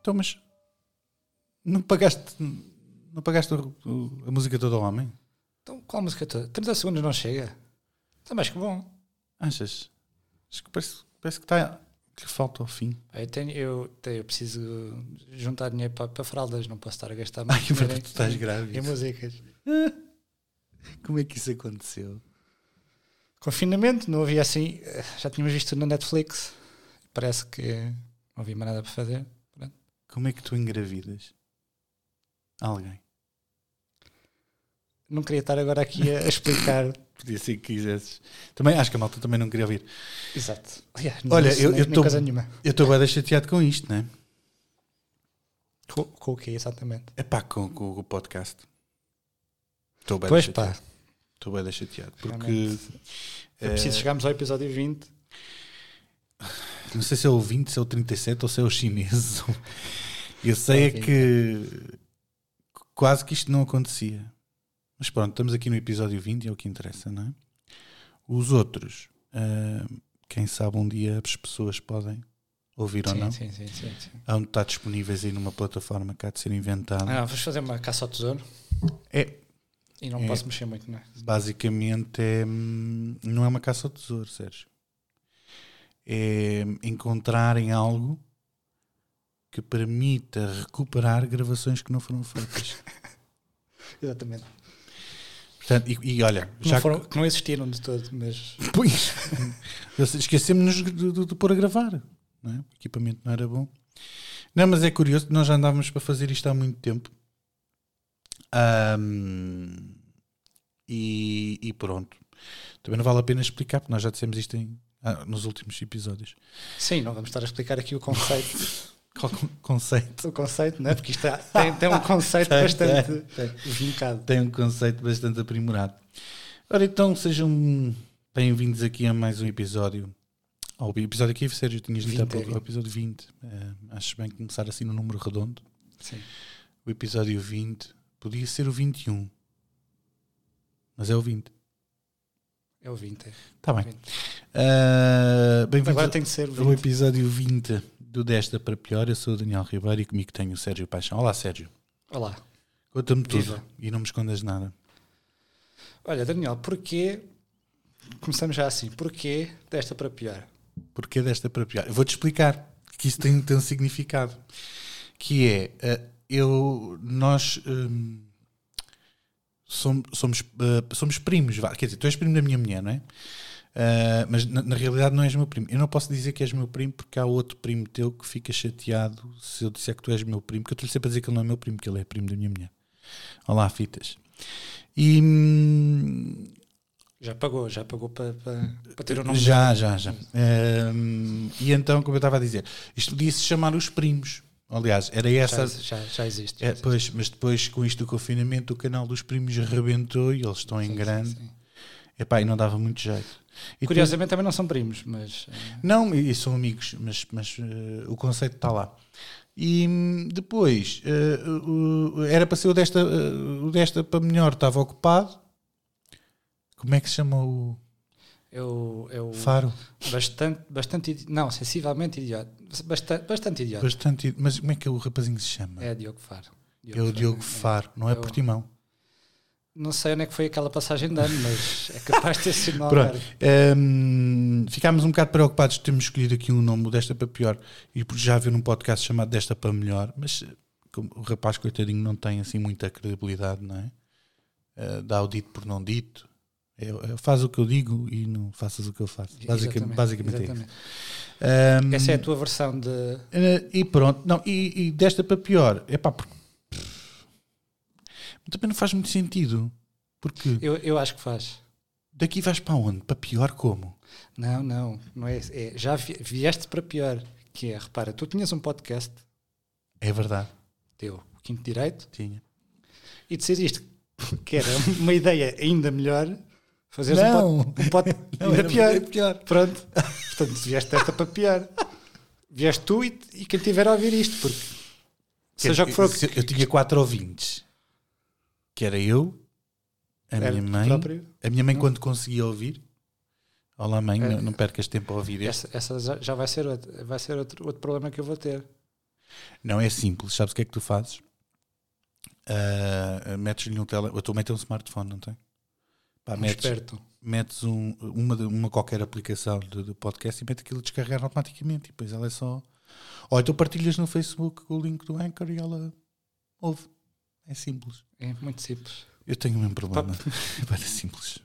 Então, mas não pagaste, não pagaste o- o- a música toda ao homem? Então, qual a música toda? 30 segundos não chega. Está mais que bom. Achas? Acho que parece, parece que está que falta ao fim. Eu, tenho, eu, tenho- eu preciso juntar dinheiro para, para fraldas, não posso estar a gastar mais Ai, dinheiro tu estás grávida. em músicas. é? Como é que isso aconteceu? Confinamento, não havia assim. eh, Já tínhamos visto na Netflix. Parece que não havia mais nada para fazer. Como é que tu engravidas alguém? Não queria estar agora aqui a a explicar. Podia ser que quisesses. Também acho que a malta também não queria ouvir. Exato. Aliás, não Olha, disse eu- nem- eu nem tô- coisa nenhuma. Eu estou bem chateado com isto, não é? Com, com o quê, exatamente? É pá, com, com o podcast. Estou bem pois chateado. pá, Estou bem chateado. Porque Realmente. eh, eu preciso chegarmos ao episódio 20. não sei se é o 20, se é o 37 ou se é o chinês. Eu sei é Enfim. que quase que isto não acontecia. Mas pronto, estamos aqui no episódio 20 e é o que interessa, não é? Os outros, ah, quem sabe um dia as pessoas podem ouvir ou Sim, não. sim, sim, sim, sim. Há um de está disponíveis aí numa plataforma que há de ser inventada. Ah, vamos fazer uma caça ao tesouro Ah. É, e não É. posso mexer muito, não é? basicamente é, hum, não é uma caça ao tesouro, Sérgio. É encontrarem algo que permita recuperar gravações que não foram feitas. Exatamente. Portanto, e, e olha, Que já não, que- foram, que não existiram de todo, mas Pois. Esquecemos-nos de, de- de pôr a gravar. não é? O equipamento não era bom. Não, mas é curioso, nós já andávamos para fazer isto há muito tempo. Ahm, e, e pronto. Também não vale a pena explicar, porque nós já dissemos isto em- ah, nos últimos episódios. sim, não vamos estar a explicar aqui o conceito, Qual con- conceito? o conceito, não é? Porque isto é- tem, tem um conceito Tem, bastante tem, vincado. Tem um conceito bastante aprimorado. Ora então, sejam bem-vindos aqui a mais um episódio. Ao episódio aqui, Sérgio, tinhas dito há 20, é pouco, ao episódio 20. Eh, acho bem começar assim no número redondo. Sim. O episódio 20 podia ser o 21, mas é o 20. É o 20. é. Está bem. 20. Ah, Agora Bem-vindos tem que ser o ao 20. episódio 20 do Desta para Pior. Eu sou o Daniel Ribeiro e comigo tenho o Sérgio Paixão. Olá, Sérgio. Olá. Conta-me tudo Viva. e não me escondas nada. Olha, Daniel, porquê. Começamos já assim. Porquê desta para pior? Porquê desta para pior? Eu Vou-te explicar que isso tem, tem um significado. Que é, eh, eu, nós hum, som- somos, eh, somos primos, vá. quer dizer, tu és primo da minha mulher, não é? Ah, mas na, na realidade não és meu primo. Eu não posso dizer que és meu primo porque há outro primo teu que fica chateado se eu disser que tu és meu primo, que eu estou-lhe sempre a dizer que ele não é meu primo, que ele é primo da minha mulher. Olá, fitas. E hum, Já pagou, já pagou para, para, para ter o nome já, já, já. Ehm, e então, como eu estava a dizer, isto podia se chamar os primos. Aliás, era já, essa. já, já existe. É, pois, mas depois, com isto do confinamento, o canal dos primos rebentou e eles estão em grande. Sim. Epá, e não dava muito jeito. E depois- Curiosamente também não são primos, mas eh, não, e e são amigos, mas, mas eh, o conceito está lá. E hum, depois, eh, o- o- era para ser o desta, eh, o desta para melhor, estava ocupado. Como é que se chama o é eu, eu faro? bastante, bastante, idi- não, sensivelmente idiota, bastante, bastante idiota. Bastante. Mas como é que o rapazinho se chama? É Diogo Faro. É o Diogo Faro, não é É o- Portimão. Não sei onde é que foi aquela passagem de ano, mas é capaz de ter sido no Pronto. Algarve. Hum, ficámos um bocado preocupados de termos escolhido aqui um nome, o Desta para Pior, e por já haver um podcast chamado Desta para Melhor, mas eh, como o rapaz coitadinho não tem assim muita credibilidade, não é? Eh, dá o dito por não dito. É, é, faz o que eu digo e não faças o que eu faço. Basicamente, Exatamente, basicamente é isso. exatamente. Hum, Essa é a tua versão de. Eh, E pronto, não, e, e desta para pior, é pá, porque também não faz muito sentido. Porque Eu, eu acho que faz. daqui vais para onde? Para pior como? Não, não, não é, é Já vi- vieste para pior. Que é, repara, tu tinhas um podcast, É verdade, teu, o Quinto Direito, tinha. e decidiste que era uma ideia ainda melhor fazer Não. um, pod, um pod, ainda era pior. muito pior. Pronto. Portanto, vieste esta para pior. Vieste tu e, e quem tiver a ouvir isto, porque seja o que for. eu, eu tinha quatro ouvintes, que era eu, a Era minha tu mãe. próprio? A minha mãe, quando conseguia ouvir, olá mãe, É. não, não percas tempo a ouvir este. Essa, essa já- já vai ser, outro, vai ser outro, outro problema que eu vou ter. Não é simples. Sabes o que é que tu fazes? Ah, metes-lhe um tele... Eu estou a meter um smartphone, não tem? Pá, Um metes, esperto. metes um- uma, de- uma qualquer aplicação de, de podcast e mete aquilo a descarregar automaticamente. E depois ela é só. Ou então partilhas no Facebook o link do Anchor e ela ouve. É simples. É muito simples. Eu tenho o mesmo problema. Pá, é simples.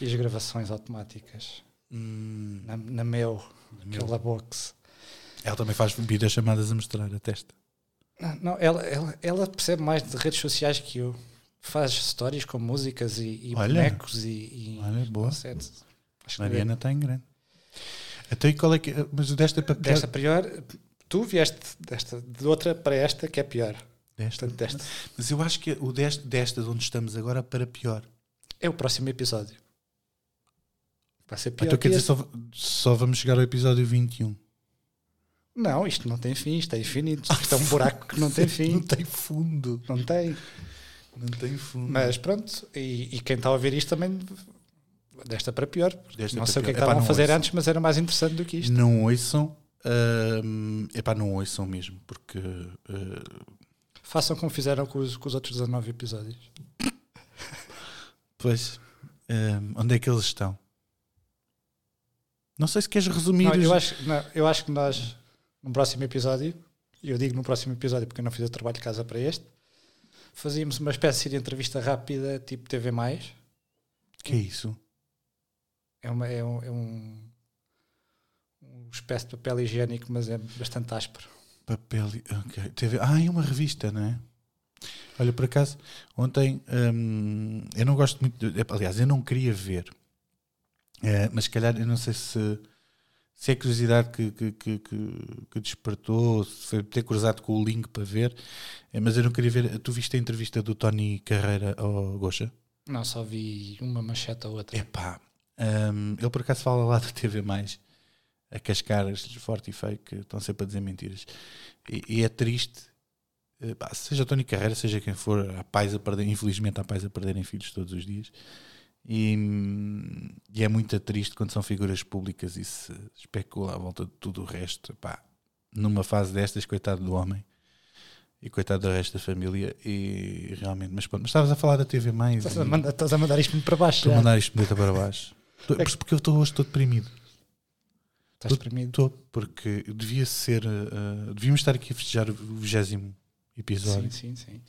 E as gravações automáticas. Hum, Na, na é meu, meu. aquela box. Ela também faz as chamadas a mostrar a testa. Não, não, ela, ela, ela percebe mais de redes sociais que eu. Faz stories com músicas e, e Olha. bonecos e, e Olha, é? boa. concertos. Acho que Mariana está em grande. Até aí qual é que. Mas o desta é para Desta pior, tu vieste desta, de outra para esta que é pior. Desta. Portanto, desta. Mas eu acho que o desta, desta de onde estamos agora para pior. É o próximo episódio. Vai ser Ah, pior. Então que quer dizer, este. só, só vamos chegar ao episódio 21. Não, isto não tem fim, isto é infinito. Ah, Isto é um buraco que não tem Não fim. tem fundo. Não tem. Não tem fundo. Mas pronto, e, e quem está a ouvir isto também desta para pior. Desta não para sei o que é que pior. Epá, estavam a não fazer ouço. antes, mas era mais interessante do que isto. Não ouçam. hum, epá, não ouçam mesmo, porque uh, Façam como fizeram com os, com os outros 19 episódios. pois hum, onde é que eles estão? Não sei se queres resumir. Não, os- eu, acho, não, eu acho que nós, no próximo episódio, e eu digo no próximo episódio porque eu não fiz o trabalho de casa para este, fazíamos uma espécie de entrevista rápida, tipo TV. Que é isso? É, uma, é, um, é um, um espécie de papel higiênico, mas é bastante áspero. Papel. Ok. TV. Ah, é uma revista, não é? Olha, por acaso, ontem hum, eu não gosto muito. de- aliás, eu não queria ver. Eh, mas se calhar, eu não sei se, se é a curiosidade que, que, que, que- que despertou, se foi ter cruzado com o link para ver. eh, mas eu não queria ver. Tu viste a entrevista do Tony Carreira ao Gocha? Não, só vi uma manchete ou outra. Epá, hum, ele por acaso fala lá da TV Mais a cascaras forte e feio que estão sempre a dizer mentiras. E, e é triste, eh, pá, seja o Tony Carreira, seja quem for, há pais a perder, infelizmente há pais a perderem filhos todos os dias. E, hum, e é muito triste quando são figuras públicas e se especula à volta de tudo o resto. Pá, numa fase destas, coitado do homem. E coitado do resto da família, e realmente, mas pronto, mas estavas a falar da TV Mais. Estás e- a, mandar, estás a mandar isto muito para baixo. Estou a já. mandar isto de letra para baixo. Tô- É que- Porque eu estou hoje todo deprimido. Estás deprimido? Estou, porque eu devia ser. eh, eh, devíamos estar aqui a festejar o vigésimo episódio. Sim, sim, sim.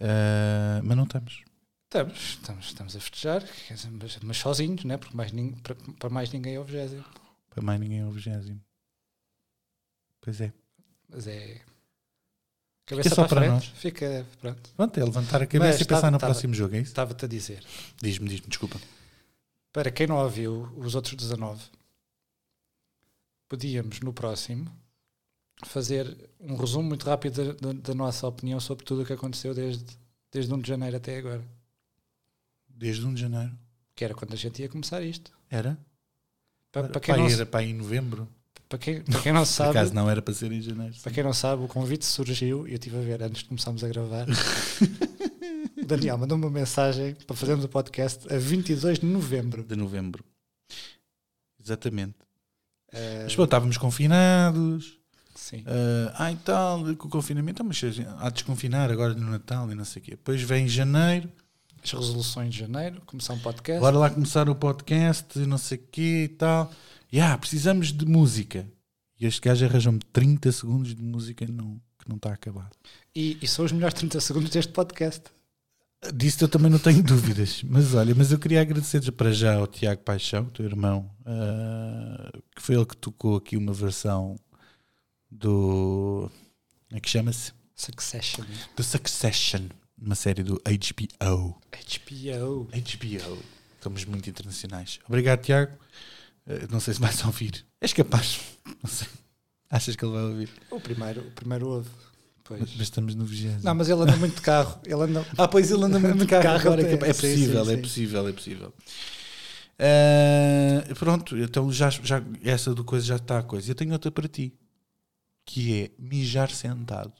Eh, mas não estamos. Estamos, estamos, estamos a festejar, quer dizer, mas, mas sozinhos, né? porque mais nin- para, para mais ninguém é o vigésimo. Para mais ninguém é o vigésimo. Pois é. Mas é. Cabeça só para, para frente, nós. fica. Pronto. Pronto, é levantar a cabeça Mas e pensar tá- no tá- próximo jogo, é isso? Estava-te a dizer. Diz-me, diz-me, desculpa. Para quem não ouviu os outros 19, podíamos no próximo fazer um resumo muito rápido da, da- da nossa opinião sobre tudo o que aconteceu desde, desde 1 de janeiro até agora. Desde 1 de janeiro. Que era quando a gente ia começar isto. Era? Para, Era para quem, não, aí, era para aí em novembro. para quem- para quem não Por sabe, acaso não era para ser em janeiro. Para quem não sabe, o convite surgiu e eu estive a ver antes de começarmos a gravar. o Daniel mandou-me uma mensagem para fazermos o podcast a 22 de novembro. De novembro. Exatamente. Eh, Mas pronto, estávamos confinados. sim. Ah, ah, então, com o confinamento, ah, mas há de desconfinar agora no Natal e não sei o quê. Depois vem janeiro, As resoluções de janeiro, começar um podcast. bora lá começar o podcast e não sei o quê e tal. E ah, precisamos de música. E este gajo arranjou-me 30 segundos de música não, que não está acabado. E, e são os melhores 30 segundos deste podcast. Disso eu também não tenho dúvidas. Mas olha, mas eu queria agradecer já- para já ao Tiago Paixão, teu irmão, ah, que foi ele que tocou aqui uma versão do. Como é que chama-se? Succession, Do Succession, uma série do HBO. HBO. HBO. Estamos muito internacionais. Obrigado, Tiago. Eh, não sei se vais ouvir. És capaz. Não sei. Achas que ele vai ouvir? O primeiro, o primeiro houve. Mas, Pois. mas estamos no vigésimo. Não, mas ele anda muito de carro. Ele anda. Ah, pois ele anda muito de carro. Carro agora, é, até. capaz. É Sim, possível, sim, é sim. possível, é possível. Eh, pronto, então já, já, essa do coisa já está a coisa. Eu tenho outra para ti. Que é mijar sentado.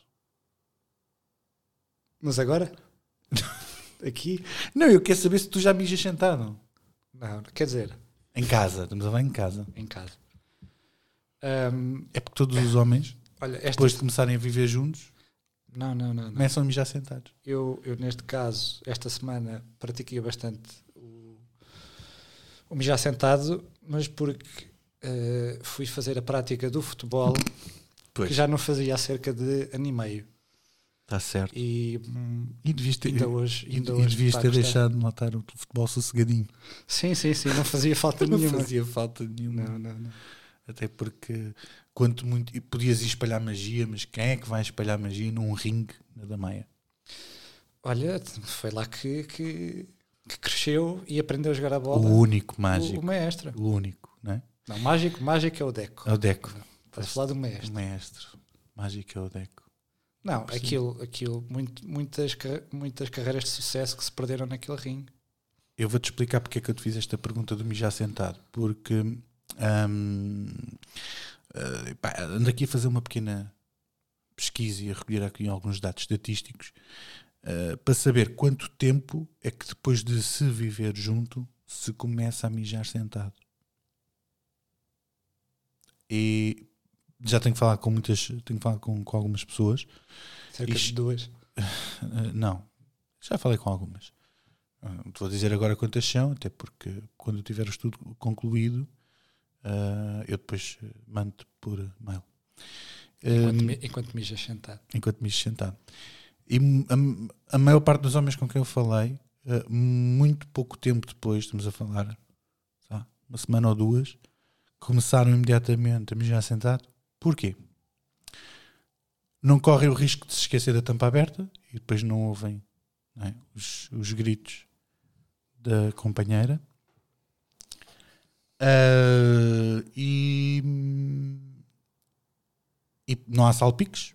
Mas agora? Aqui? Não, eu quero saber se tu já mijas sentado. Não, quer dizer, Em casa, estamos a falar em casa. em casa. Ahm, É porque todos os homens Olha, esta. Depois de começarem a viver juntos, Não, não, não. não. começam a mijar sentados. Eu, eu, neste caso, esta semana pratiquei bastante o, o mijar sentado, mas porque eh, fui fazer a prática do futebol que Pois, já não fazia há cerca de ano e meio. está certo. E hum, E devias ter, ainda hoje. e, Ainda e hoje devias está a ter gostar. deixado de notar o futebol sossegadinho. Sim, sim, sim, não fazia falta Não nenhuma. fazia falta nenhuma. Não, não, não. Até porque, quanto muito. e Podias ir espalhar magia, mas quem é que vai espalhar magia num ringue na Damaia? Olha, foi lá que, que, que cresceu e aprendeu a jogar a O bola. único o, mágico. o maestro. O único, não é? Não, mágico, mágico é o Deco. É o Deco. Estás a falar do O maestro. maestro. Mágico é o Deco. Não, Sim. aquilo, aquilo muito- muitas, carre- muitas carreiras de sucesso que se perderam naquele ringue. Eu vou-te explicar porque é que eu te fiz esta pergunta do mijar sentado. Porque hum, eh, pá, ando aqui a fazer uma pequena pesquisa e a recolher aqui alguns dados estatísticos eh, para saber quanto tempo é que depois de se viver junto se começa a mijar sentado. E já tenho que falar com muitas, tenho que falar com, com algumas pessoas Cerca Ixi. de duas. Uh, não, já falei com algumas. Uh, Não te vou dizer agora quantas são, até porque quando eu tiver o estudo concluído, uh, eu depois uh, mando por mail. Enquanto, Um, mi- enquanto mijas sentado. enquanto me mexo sentado. E m- a, a maior parte dos homens com quem eu falei, eh, muito pouco tempo depois, estamos a falar, sei lá, uma semana ou duas, começaram imediatamente a mijar sentado. Porquê? Não correm o risco de se esquecer da tampa aberta e depois não ouvem não é, os, os gritos da companheira. Ah, e, e não há salpiques.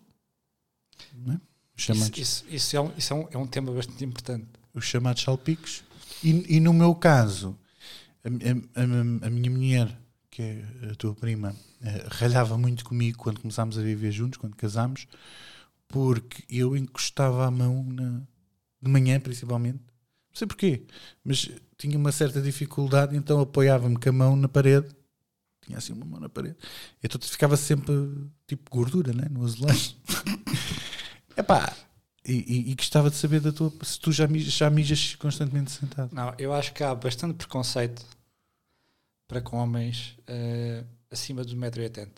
não é? Os chamados- Isso, isso, isso é, um, isso é, um, é um tema bastante importante. os chamados salpicos. E, e no meu caso, a, mi- a- a- a minha mulher, que é a tua prima, eh, ralhava muito comigo quando começámos a viver juntos, quando casámos, porque eu encostava a mão na- de manhã, principalmente. Não sei porquê, mas tinha uma certa dificuldade, então apoiava-me com a mão na parede. Tinha assim uma mão na parede. Então ficava sempre tipo gordura, né? No azulejo. Epá, e, e, e gostava de saber da tua. Se tu já, mi- já mijas constantemente sentado. Não, eu acho que há bastante preconceito para com homens eh, acima de 1,80m.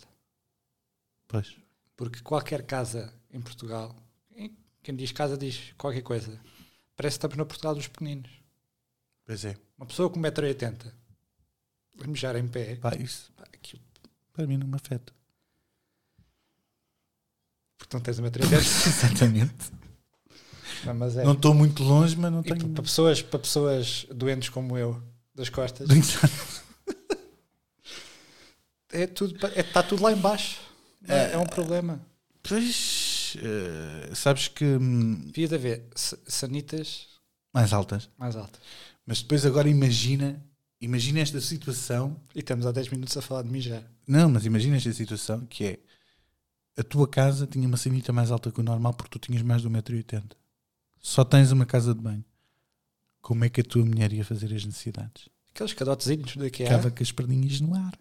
Pois. Porque qualquer casa em Portugal, em- quem diz casa diz qualquer coisa, parece que estamos na Portugal dos pequeninos. Pois é. Uma pessoa com 1,80m a mijar em pé, Pá, isso pá, aquilo, para mim não me afeta. porque não tens 1,80m. Exatamente. Não, mas é. Não estou muito longe, mas não E tenho. pa- para pessoas, para pessoas doentes como eu, das costas, é tudo, pa- é, está tudo lá em baixo. É, é um problema. Pois. eh, sabes que. hum, Devia de haver sa- sanitas Mais altas. mais altas. Mas depois agora imagina. Imagina esta situação. E estamos há 10 minutos a falar de mijar. Não, mas imagina esta situação que é. A tua casa tinha uma sanita mais alta que o normal porque tu tinhas mais de 1,80m. Só tens uma casa de banho. Como é que a tua mulher ia fazer as necessidades? Aqueles cadotezinhos do IKEA. Ficava com as perninhas no ar.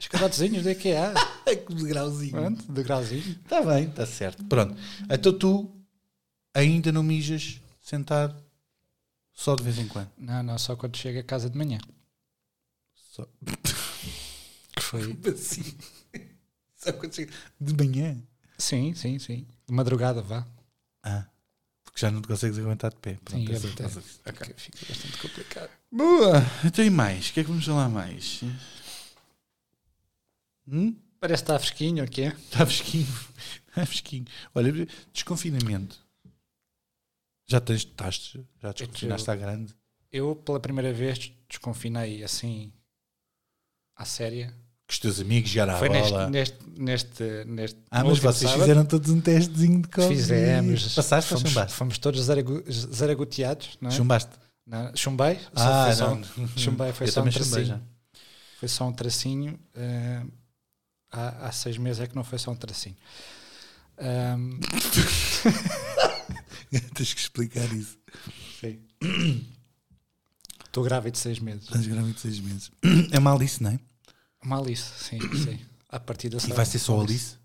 Os cadotezinhos do IKEA. Com os grauzinhos. Pronto, de grauzinho. Está Tá bem, está certo. Pronto. Então tu ainda não mijas sentado só de vez em quando. Não, não, só quando chega a casa de manhã. Só. Que foi? Assim. Só quando chega. De manhã. Sim, sim, sim. De madrugada, vá. Ah. Porque já não te consegues aguentar de pé. Pronto, Sim, é é só por verdade. causa disso. Fica- Fica bastante complicado. Boa. Então e mais? O que é que vamos falar mais? Hum? Parece que está fresquinho, o quê? Está fresquinho. Está fresquinho. Olha, desconfinamento. Já tens, estás, É já desconfinaste à grande. Eu, pela primeira vez, desconfinei assim à séria. Que os teus amigos jogaram à Foi neste, bola. neste, neste, neste. Ah, no mas último vocês sábado. fizeram todos um testezinho de Covid. Fizemos. Passaste ou fomos, chumbaste? fomos todos zarago- zaragoteados, não é? Chumbaste. Não, chumbei. só Ah, foi só não. um- chumbei, foi Eu só um também chumbei já. tracinho. Foi só um tracinho. eh, há, há seis meses é que não foi só um tracinho. Ahm, Tens que explicar isso. sim. Estou grávida de seis meses. Estás grávida de seis meses. É uma Alice, não é? Uma Alice, sim, sim. A partir da E vai ser só Alice?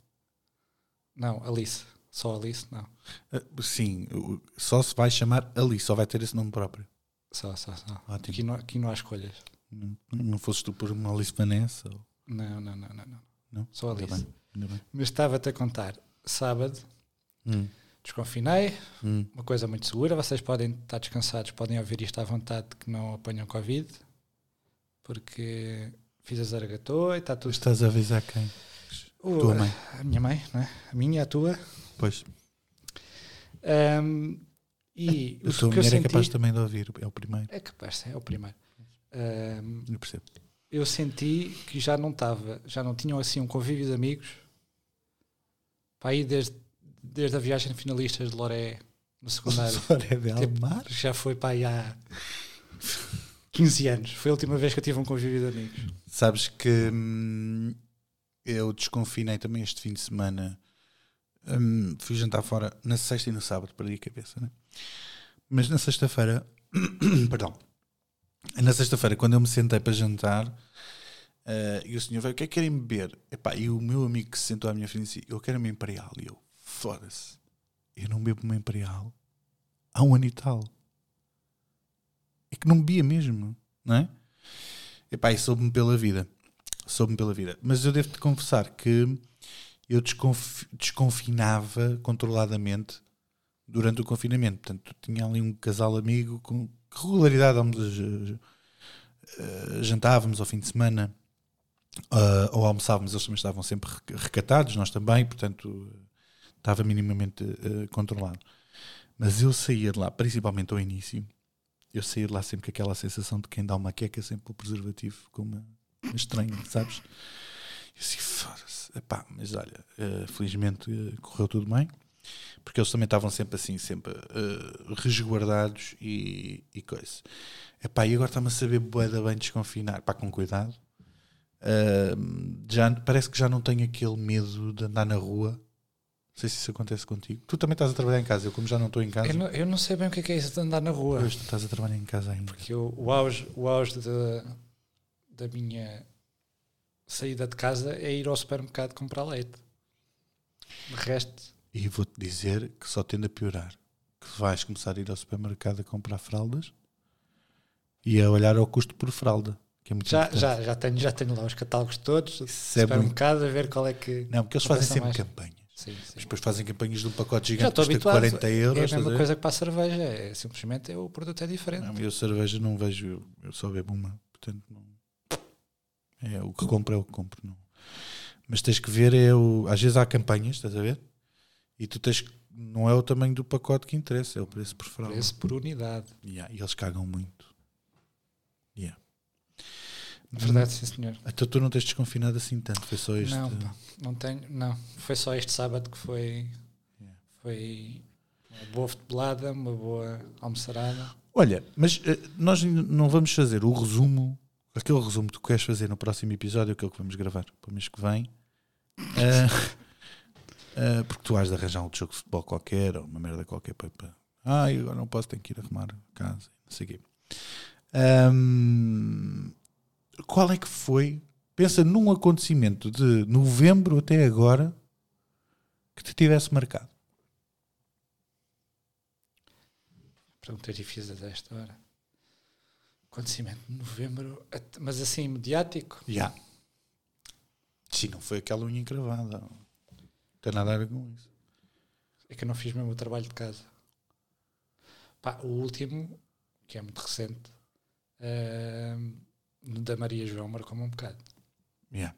Não, Alice. Só Alice, não. Ah, Sim, o- só se vai chamar ali, só vai ter esse nome próprio. Só, só, só. Ótimo. Aqui não, aqui não há escolhas. Não, não fosses tu por uma Alice Vanessa? Ou... Não, não, não, não. não. Não? Só Ainda Alice. bem, ainda bem. Mas estava-te a contar. Sábado, Hum, desconfinei. hum. Uma coisa muito segura. Vocês podem estar descansados, podem ouvir isto à vontade que não apanham Covid. Porque fiz a zaragatoa e está Tu tudo... estás a avisar quem? O- Tua mãe. A minha mãe, não é? A minha, a tua. Pois. Ahm, e A o sua que eu mulher é senti... capaz também de ouvir, é o primeiro. É capaz, sim, é o primeiro. Um, Ahm, Eu percebo. eu senti que já não estava, já não tinham assim um convívio de amigos para aí desde, desde a viagem de finalistas de Loré no secundário. Soré é de Tipo, Almar? já foi para aí há 15 anos. Foi a última vez que eu tive um convívio de amigos. Sabes que hum, eu desconfinei também este fim de semana. Hum, fui jantar fora na sexta e no sábado, perdi a cabeça, né? Mas na sexta-feira, perdão, na sexta-feira, quando eu me sentei para jantar, eh, e o senhor veio, o que é que querem beber? Epá, e o meu amigo que se sentou à minha frente disse, eu quero uma Imperial. E eu, foda-se, eu não bebo uma Imperial há um ano e tal. É que não bebia mesmo, não é? Epá, e soube-me pela vida. Soube-me pela vida. Mas eu devo-te confessar que eu desconf- desconfinava controladamente durante o confinamento. Portanto, tinha ali um casal amigo com que regularidade vamos, jantávamos ao fim de semana ah, ou almoçávamos. Eles também estavam sempre rec- recatados, nós também, portanto, estava minimamente ah, controlado. Mas eu saía de lá, principalmente ao início, eu saí de lá sempre com aquela sensação de quem dá uma queca sempre pelo preservativo, como uma estranha, sabes? Eu disse, foda-se, Epá, mas olha, eh, felizmente eh, correu tudo bem, porque eles também estavam sempre assim, sempre eh, resguardados e, e coisa. Epá, e agora está-me a saber boeda bem desconfinar, pá, com cuidado. Ah, já, parece que já não tenho aquele medo de andar na rua. Não sei se isso acontece contigo. Tu também estás a trabalhar em casa, eu como já não estou em casa. Eu não, eu não sei bem o que é, que é isso de andar na rua. Pois, tu estás a trabalhar em casa ainda. Porque eu- o auge, o auge da- da minha saída de casa é ir ao supermercado comprar leite. De resto, E vou-te dizer que só tende a piorar. Que vais começar a ir ao supermercado a comprar fraldas e a olhar ao custo por fralda. Que é muito Já, importante. já, já, tenho, já tenho lá os catálogos todos. Isso é Espero um muito- bocado a ver qual é que. Não, porque eles Compensa fazem sempre mais. campanhas. Sim, sim. Mas depois fazem campanhas de um pacote Já gigante estou que custa habituado. 40 euros. é a estás a mesma ver? coisa que para a cerveja. É, simplesmente é, o produto é diferente. Não, eu cerveja não vejo, eu- eu só bebo uma, portanto não. É, o que compro é o que compro, não. Mas tens que ver, é o, às vezes há campanhas, estás a ver? E tu tens que, não é o tamanho do pacote que interessa, é o preço por fralda. Preço por unidade. Yeah, e eles cagam muito. Yeah. Verdade, sim, senhor. Até tu não tens desconfinado assim tanto, foi só este. Não, pá, não tenho. Não. Foi só este sábado que foi. Yeah. Foi uma boa futebolada, uma boa almoçarada. Olha, mas eh, nós ainda não vamos fazer o resumo, aquele resumo que tu queres fazer no próximo episódio, aquele que vamos gravar para o mês que vem. Ah, ah, porque tu has de arranjar um jogo de futebol qualquer ou uma merda qualquer para. para- Ah, eu agora não posso, tenho que ir arrumar a casa, não sei o quê. Ahm, qual é que foi? Pensa num acontecimento de novembro até agora que te tivesse marcado. Pergunta difícil desta hora. Acontecimento de novembro, at- mas assim, mediático. Já. Sim, não foi aquela unha encravada. Não tem nada a ver com isso. É que eu não fiz mesmo o trabalho de casa. Pá, o último, que é muito recente, ehm, da Maria João marcou-me um bocado. Yeah.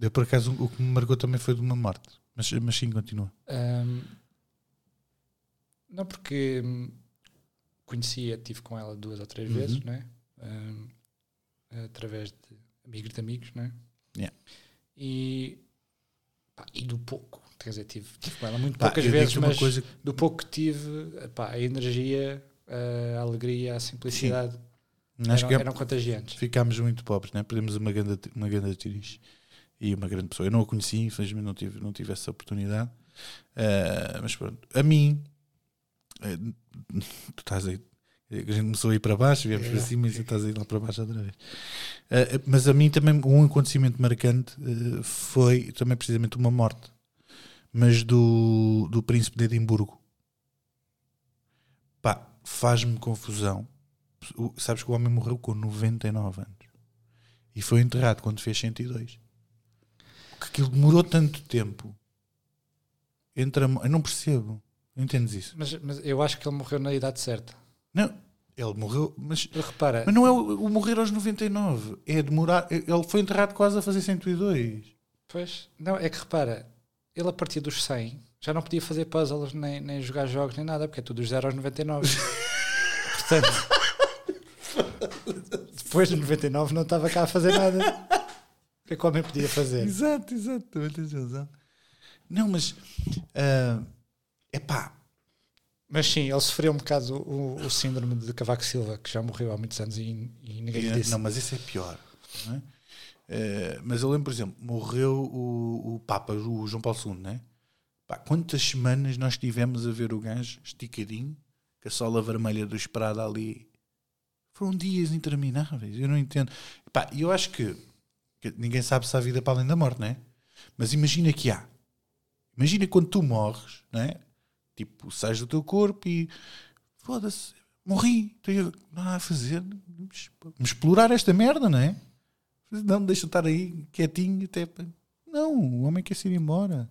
Eu, por acaso, o que me marcou também foi de uma morte. Mas, mas sim, continua. Ehm, não porque hum, conhecia, tive com ela duas ou três Uhum. vezes, não é? Ehm, através de amigos de amigos, não é? Yeah. E, pá, e do pouco, quer dizer, tive, tive com ela muito Pá, poucas eu vezes, digo-te uma mas coisa que- do pouco que tive, epá, a energia, a alegria, a simplicidade acho eram, que é- eram contagiantes. ficámos muito pobres, né? Perdemos uma grande, atri- uma grande atriz e uma grande pessoa. Eu não a conheci, infelizmente não tive, não tive essa oportunidade. Ah, mas pronto, a mim, eh, tu estás aí. A gente começou a ir para baixo, viemos para cima e tu estás a ir lá para baixo outra vez. Ah, mas a mim também um acontecimento marcante eh, foi também precisamente uma morte. mas do, do Príncipe de Edimburgo. Pá, faz-me confusão. O- sabes que o homem morreu com 99 anos e foi enterrado quando fez 102. Que aquilo demorou tanto tempo. Entra, eu não percebo. Entendes isso? Mas, mas eu acho que ele morreu na idade certa. Não, ele morreu, mas Porque repara, mas não é o, o morrer aos 99, é demorar. Ele foi enterrado quase a fazer 102. pois, não, é que repara, ele a partir dos 100 já não podia fazer puzzles, nem, nem jogar jogos, nem nada, porque é tudo dos 0 aos 99. Portanto, depois de 99 não estava cá a fazer nada. O que é que o homem podia fazer? Exato, exato, também tens razão. Não, mas. ah, epá, Mas sim, ele sofreu um bocado o, o síndrome de Cavaco Silva, que já morreu há muitos anos e, e ninguém lhe é, disse. não, mas isso é pior. não é? Ah, mas eu lembro, por exemplo, morreu o, o Papa, o João Paulo II, né? Pá, quantas semanas nós tivemos a ver o gajo esticadinho, com a sola vermelha do esperado ali. Foram dias intermináveis, eu não entendo. Pá, e eu acho que, que ninguém sabe se há vida para além da morte, não é? Mas imagina que há. Imagina quando tu morres, não é? Tipo, sais do teu corpo e foda-se, morri, tenho nada a fazer, vamos vamos explorar esta merda, não é? Não, deixa eu estar aí quietinho até. pa- Não, o homem quer se ir embora.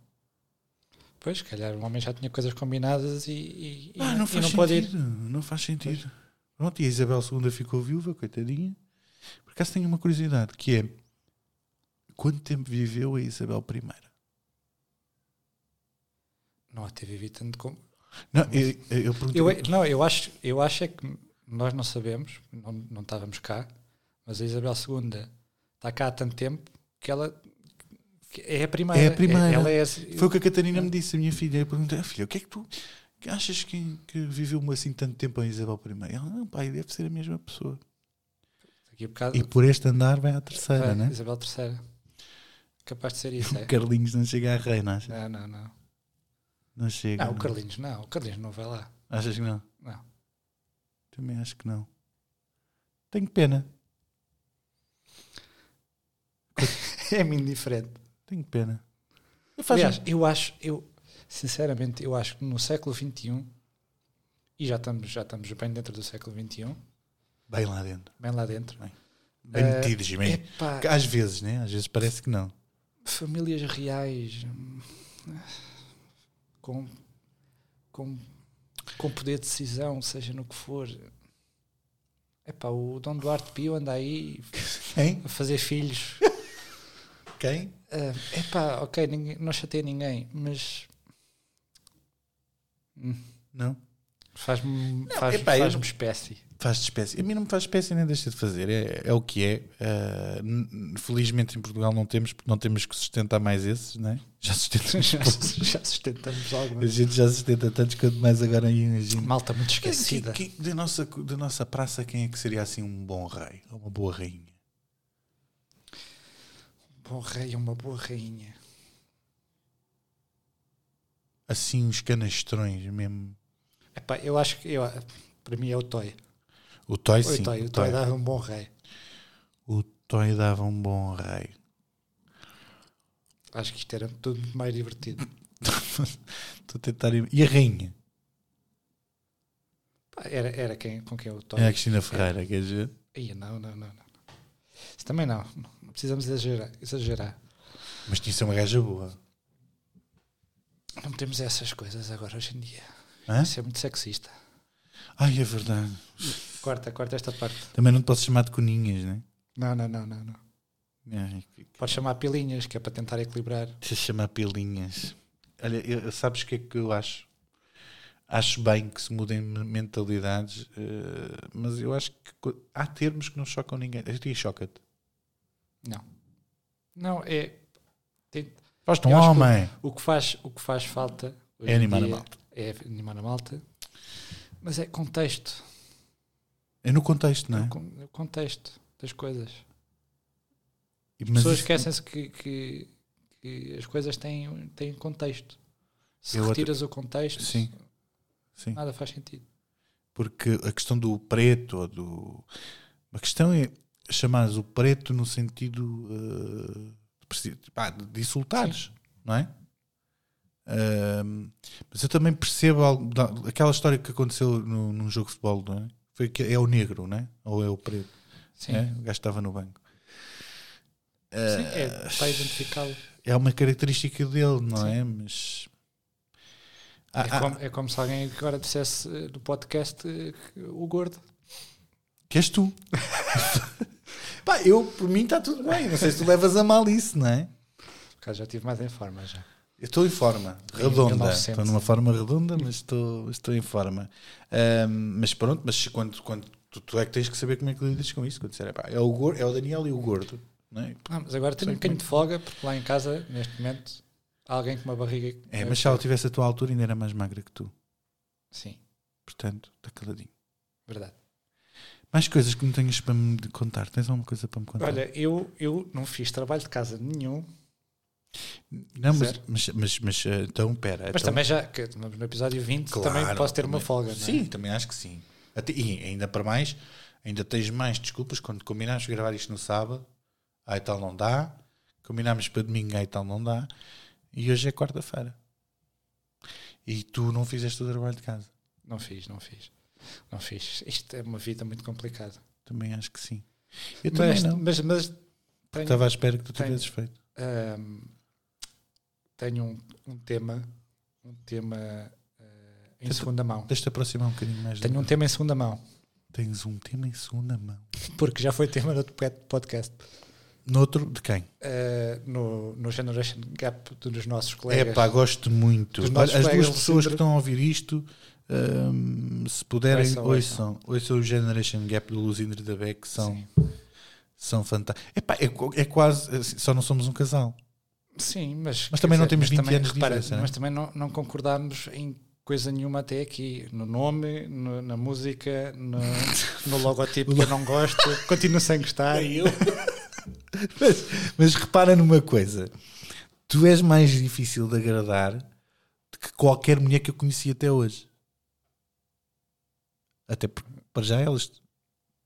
Pois, se calhar o homem já tinha coisas combinadas e, e- e- Ah, e não faz não pode ir. sentido. Não faz sentido. Pronto, e a Isabel II ficou viúva, coitadinha. Por acaso tenho uma curiosidade, que é quanto tempo viveu a Isabel I? Não a TV tanto como. Não, eu, eu perguntei. Eu, é- não, eu acho, eu acho é que nós não sabemos, não, não estávamos cá, mas a Isabel II está cá há tanto tempo que ela que é a primeira. É a primeira. ela é, a- Foi o que a Catarina me disse, a minha filha. Eu perguntei, ah, filha, o que é que tu que achas que, que viveu-me assim tanto tempo a Isabel I? Ela, não, pai, deve ser a mesma pessoa. daqui a bocado, E por este andar vai à terceira, vai, né? Isabel III. Capaz de ser isso, é? Carlinhos não chega à reina, achas? Não, não, não. Não chega. Não, o Carlinhos não. O Carlinhos não vai lá. Achas que não? Não. Também acho que não. Tenho pena. É É-me indiferente. Tenho pena. Eu faço- um Aliás, eu acho, eu sinceramente, eu acho que no século XXI, e já estamos, já estamos bem dentro do século XXI, Bem lá dentro. bem lá dentro, Bem Eh, metidos, bem. epá, Às vezes, né? Às vezes parece que não. famílias reais hum, com, com, com poder de decisão, seja no que for. Epá, o Dom Duarte Pio anda aí Hein? a fazer filhos. Quem? Ah, epá, ok, ninguém, não chateia ninguém, mas Não. faz-me faz, epá, eu faz-me não- espécie. Faz de espécie. A mim não me faz espécie nem deixa de fazer. É, é o que é. Ah, n- n- felizmente em Portugal não temos, porque não temos que sustentar mais esses, né? Já sustentamos. já, poucos. já sustentamos A algumas. gente já sustenta tantos quanto mais agora imagina. Malta muito Quem- esquecida. quem- quem- da, nossa, da nossa praça, quem é que seria assim um bom rei? Ou uma boa rainha? Bom rei é uma boa rainha. Assim, os canastrões mesmo. Epá, eu acho que eu, para mim é o Toy. O Toy, o sim. Toy, o Toy dava um bom rei. o Toy dava um bom rei. Acho que isto era tudo muito mais divertido. Estou a tentar. im- E a rainha? Pá, Era, era quem, com quem é o Toy. É a Cristina Ferreira, quer dizer? Ia, não, não, não, não. Isso também não. Não precisamos exagerar. exagerar. Mas tinha de ser uma gaja boa. Não temos essas coisas agora hoje em dia. Hã? Isso é muito sexista. Ai, é verdade. Corta, corta esta parte. Também não te posso chamar de coninhas, né? Não, não, não, não. não. Ai, que- Podes chamar pilinhas, que é para tentar equilibrar. Deixa eu chamar pelinhas. Olha, eu- sabes o que é que eu acho? Acho bem que se mudem me- mentalidades, eh, mas eu acho que co- há termos que não chocam ninguém. A ti choca-te. Não. Não, é. tem- Faz-te um Eu acho que homem. O que faz, o que faz falta hoje É em animar a dia malta. É animar a malta. Mas é contexto. É no contexto, não É é? o con- é o contexto das coisas. Mas As pessoas isso- esquecem-se que, que- que as coisas têm, têm contexto. Se Eu até- retiras o contexto, Sim, sim. nada faz sentido. Porque a questão do preto ou do. A questão é chamares o preto no sentido eh, de preci- pá, de insultares, não é? Ahm, mas eu também percebo algo- da- aquela história que aconteceu no, num jogo de futebol, não é? Foi que é o negro, não é? Ou é o preto? Sim. é? O gajo estava no banco. Sim, é para identificá-lo. É uma característica dele, não é? Mas. Ah, É, ah, como, é como se alguém agora dissesse eh, no podcast eh, que o gordo. que és tu? Pá, eu, por mim está tudo bem. Não sei se tu levas a mal isso, não é? Por acaso já estive mais em forma já. Eu estou em forma, Em redonda. 1900. Estou numa forma redonda, mas estou, estou em forma. Ahm, mas pronto, mas quando, quando tu, tu é que tens que saber como é que lidas com isso. Quando disser, "Epá, é, o gordo, é o Daniel e o gordo. Não é? Ah, mas agora tenho um bocadinho de folga, porque lá em casa, neste momento, há alguém com uma barriga. que- é, mas se ela tivesse a tua altura, ainda era mais magra que tu. Sim, Portanto, está caladinho. verdade. Mais coisas que não tenhas para me contar. Tens alguma coisa para me contar? Olha, eu, eu não fiz trabalho de casa nenhum, não, mas, zero. mas, mas, mas, eh, então, pera. mas então- também já, que estamos no episódio 20, Claro, também posso ter uma também- folga. não é? Sim, também acho que sim. Até- e ainda para mais, ainda tens mais desculpas quando combinámos gravar isto no sábado, aí tal não dá. Combinámos para domingo, aí tal não dá. E hoje é quarta-feira. E tu não fizeste o trabalho de casa. Não fiz, não fiz. Não fiz. Isto é uma vida muito complicada. Também acho que sim. Eu mas, também não. Mas, mas tenho, Estava à espera que tu tenho- tivesses feito. ahm, tenho um, um tema, um tema ah, em Tenta- segunda mão. Deixa-te aproximar um bocadinho mais. do- Tenho um tema em segunda mão, Tens um tema em segunda mão. porque já foi tema do outro pod- podcast. Noutro, de quem? Ah, no, no Generation Gap dos nossos É colegas. pá, gosto muito. Dos Olha, nossos as duas colegas de pessoas que Sintra. estão a ouvir isto, hum, se puderem, Ouçam, ouçam, ouçam. o Generation Gap do Luzindre da Beck, que são, Sim. são fantásticos. É, pá, é, qu- é quase, assim, só não somos um casal. Sim, mas. Mas quer também não temos 20 anos de repara, diferença, né? Mas também não, não concordámos em coisa nenhuma até aqui. No nome, no- na música, no, no logotipo que eu não gosto, continuo sem gostar. mas, mas repara numa coisa: tu és mais difícil de agradar do que qualquer mulher que eu conheci até hoje. Até porque, para já, elas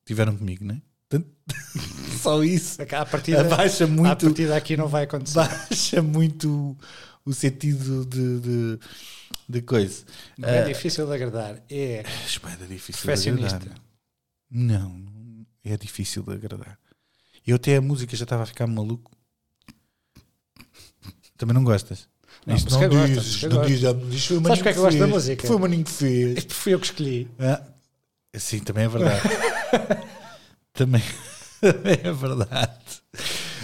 tiveram comigo, não é? Portanto, só isso. A partida, Abaixa à muito partida aqui não vai acontecer. baixa muito o sentido de, de, de coisa. Não é Ah, difícil de agradar. É isto é difícil de Perfeccionista. agradar. Não, é difícil de agradar. Eu até a música já estava a ficar maluco. Também não gostas? Não, Isto música não gosto, dizes, música não gosto. dizes, já me dizes, foi o Sabes maninho porque é que eu gosto da fez, música? Foi o maninho que fez. Fui eu é que escolhi. Ah, sim, também é verdade. também, também é verdade.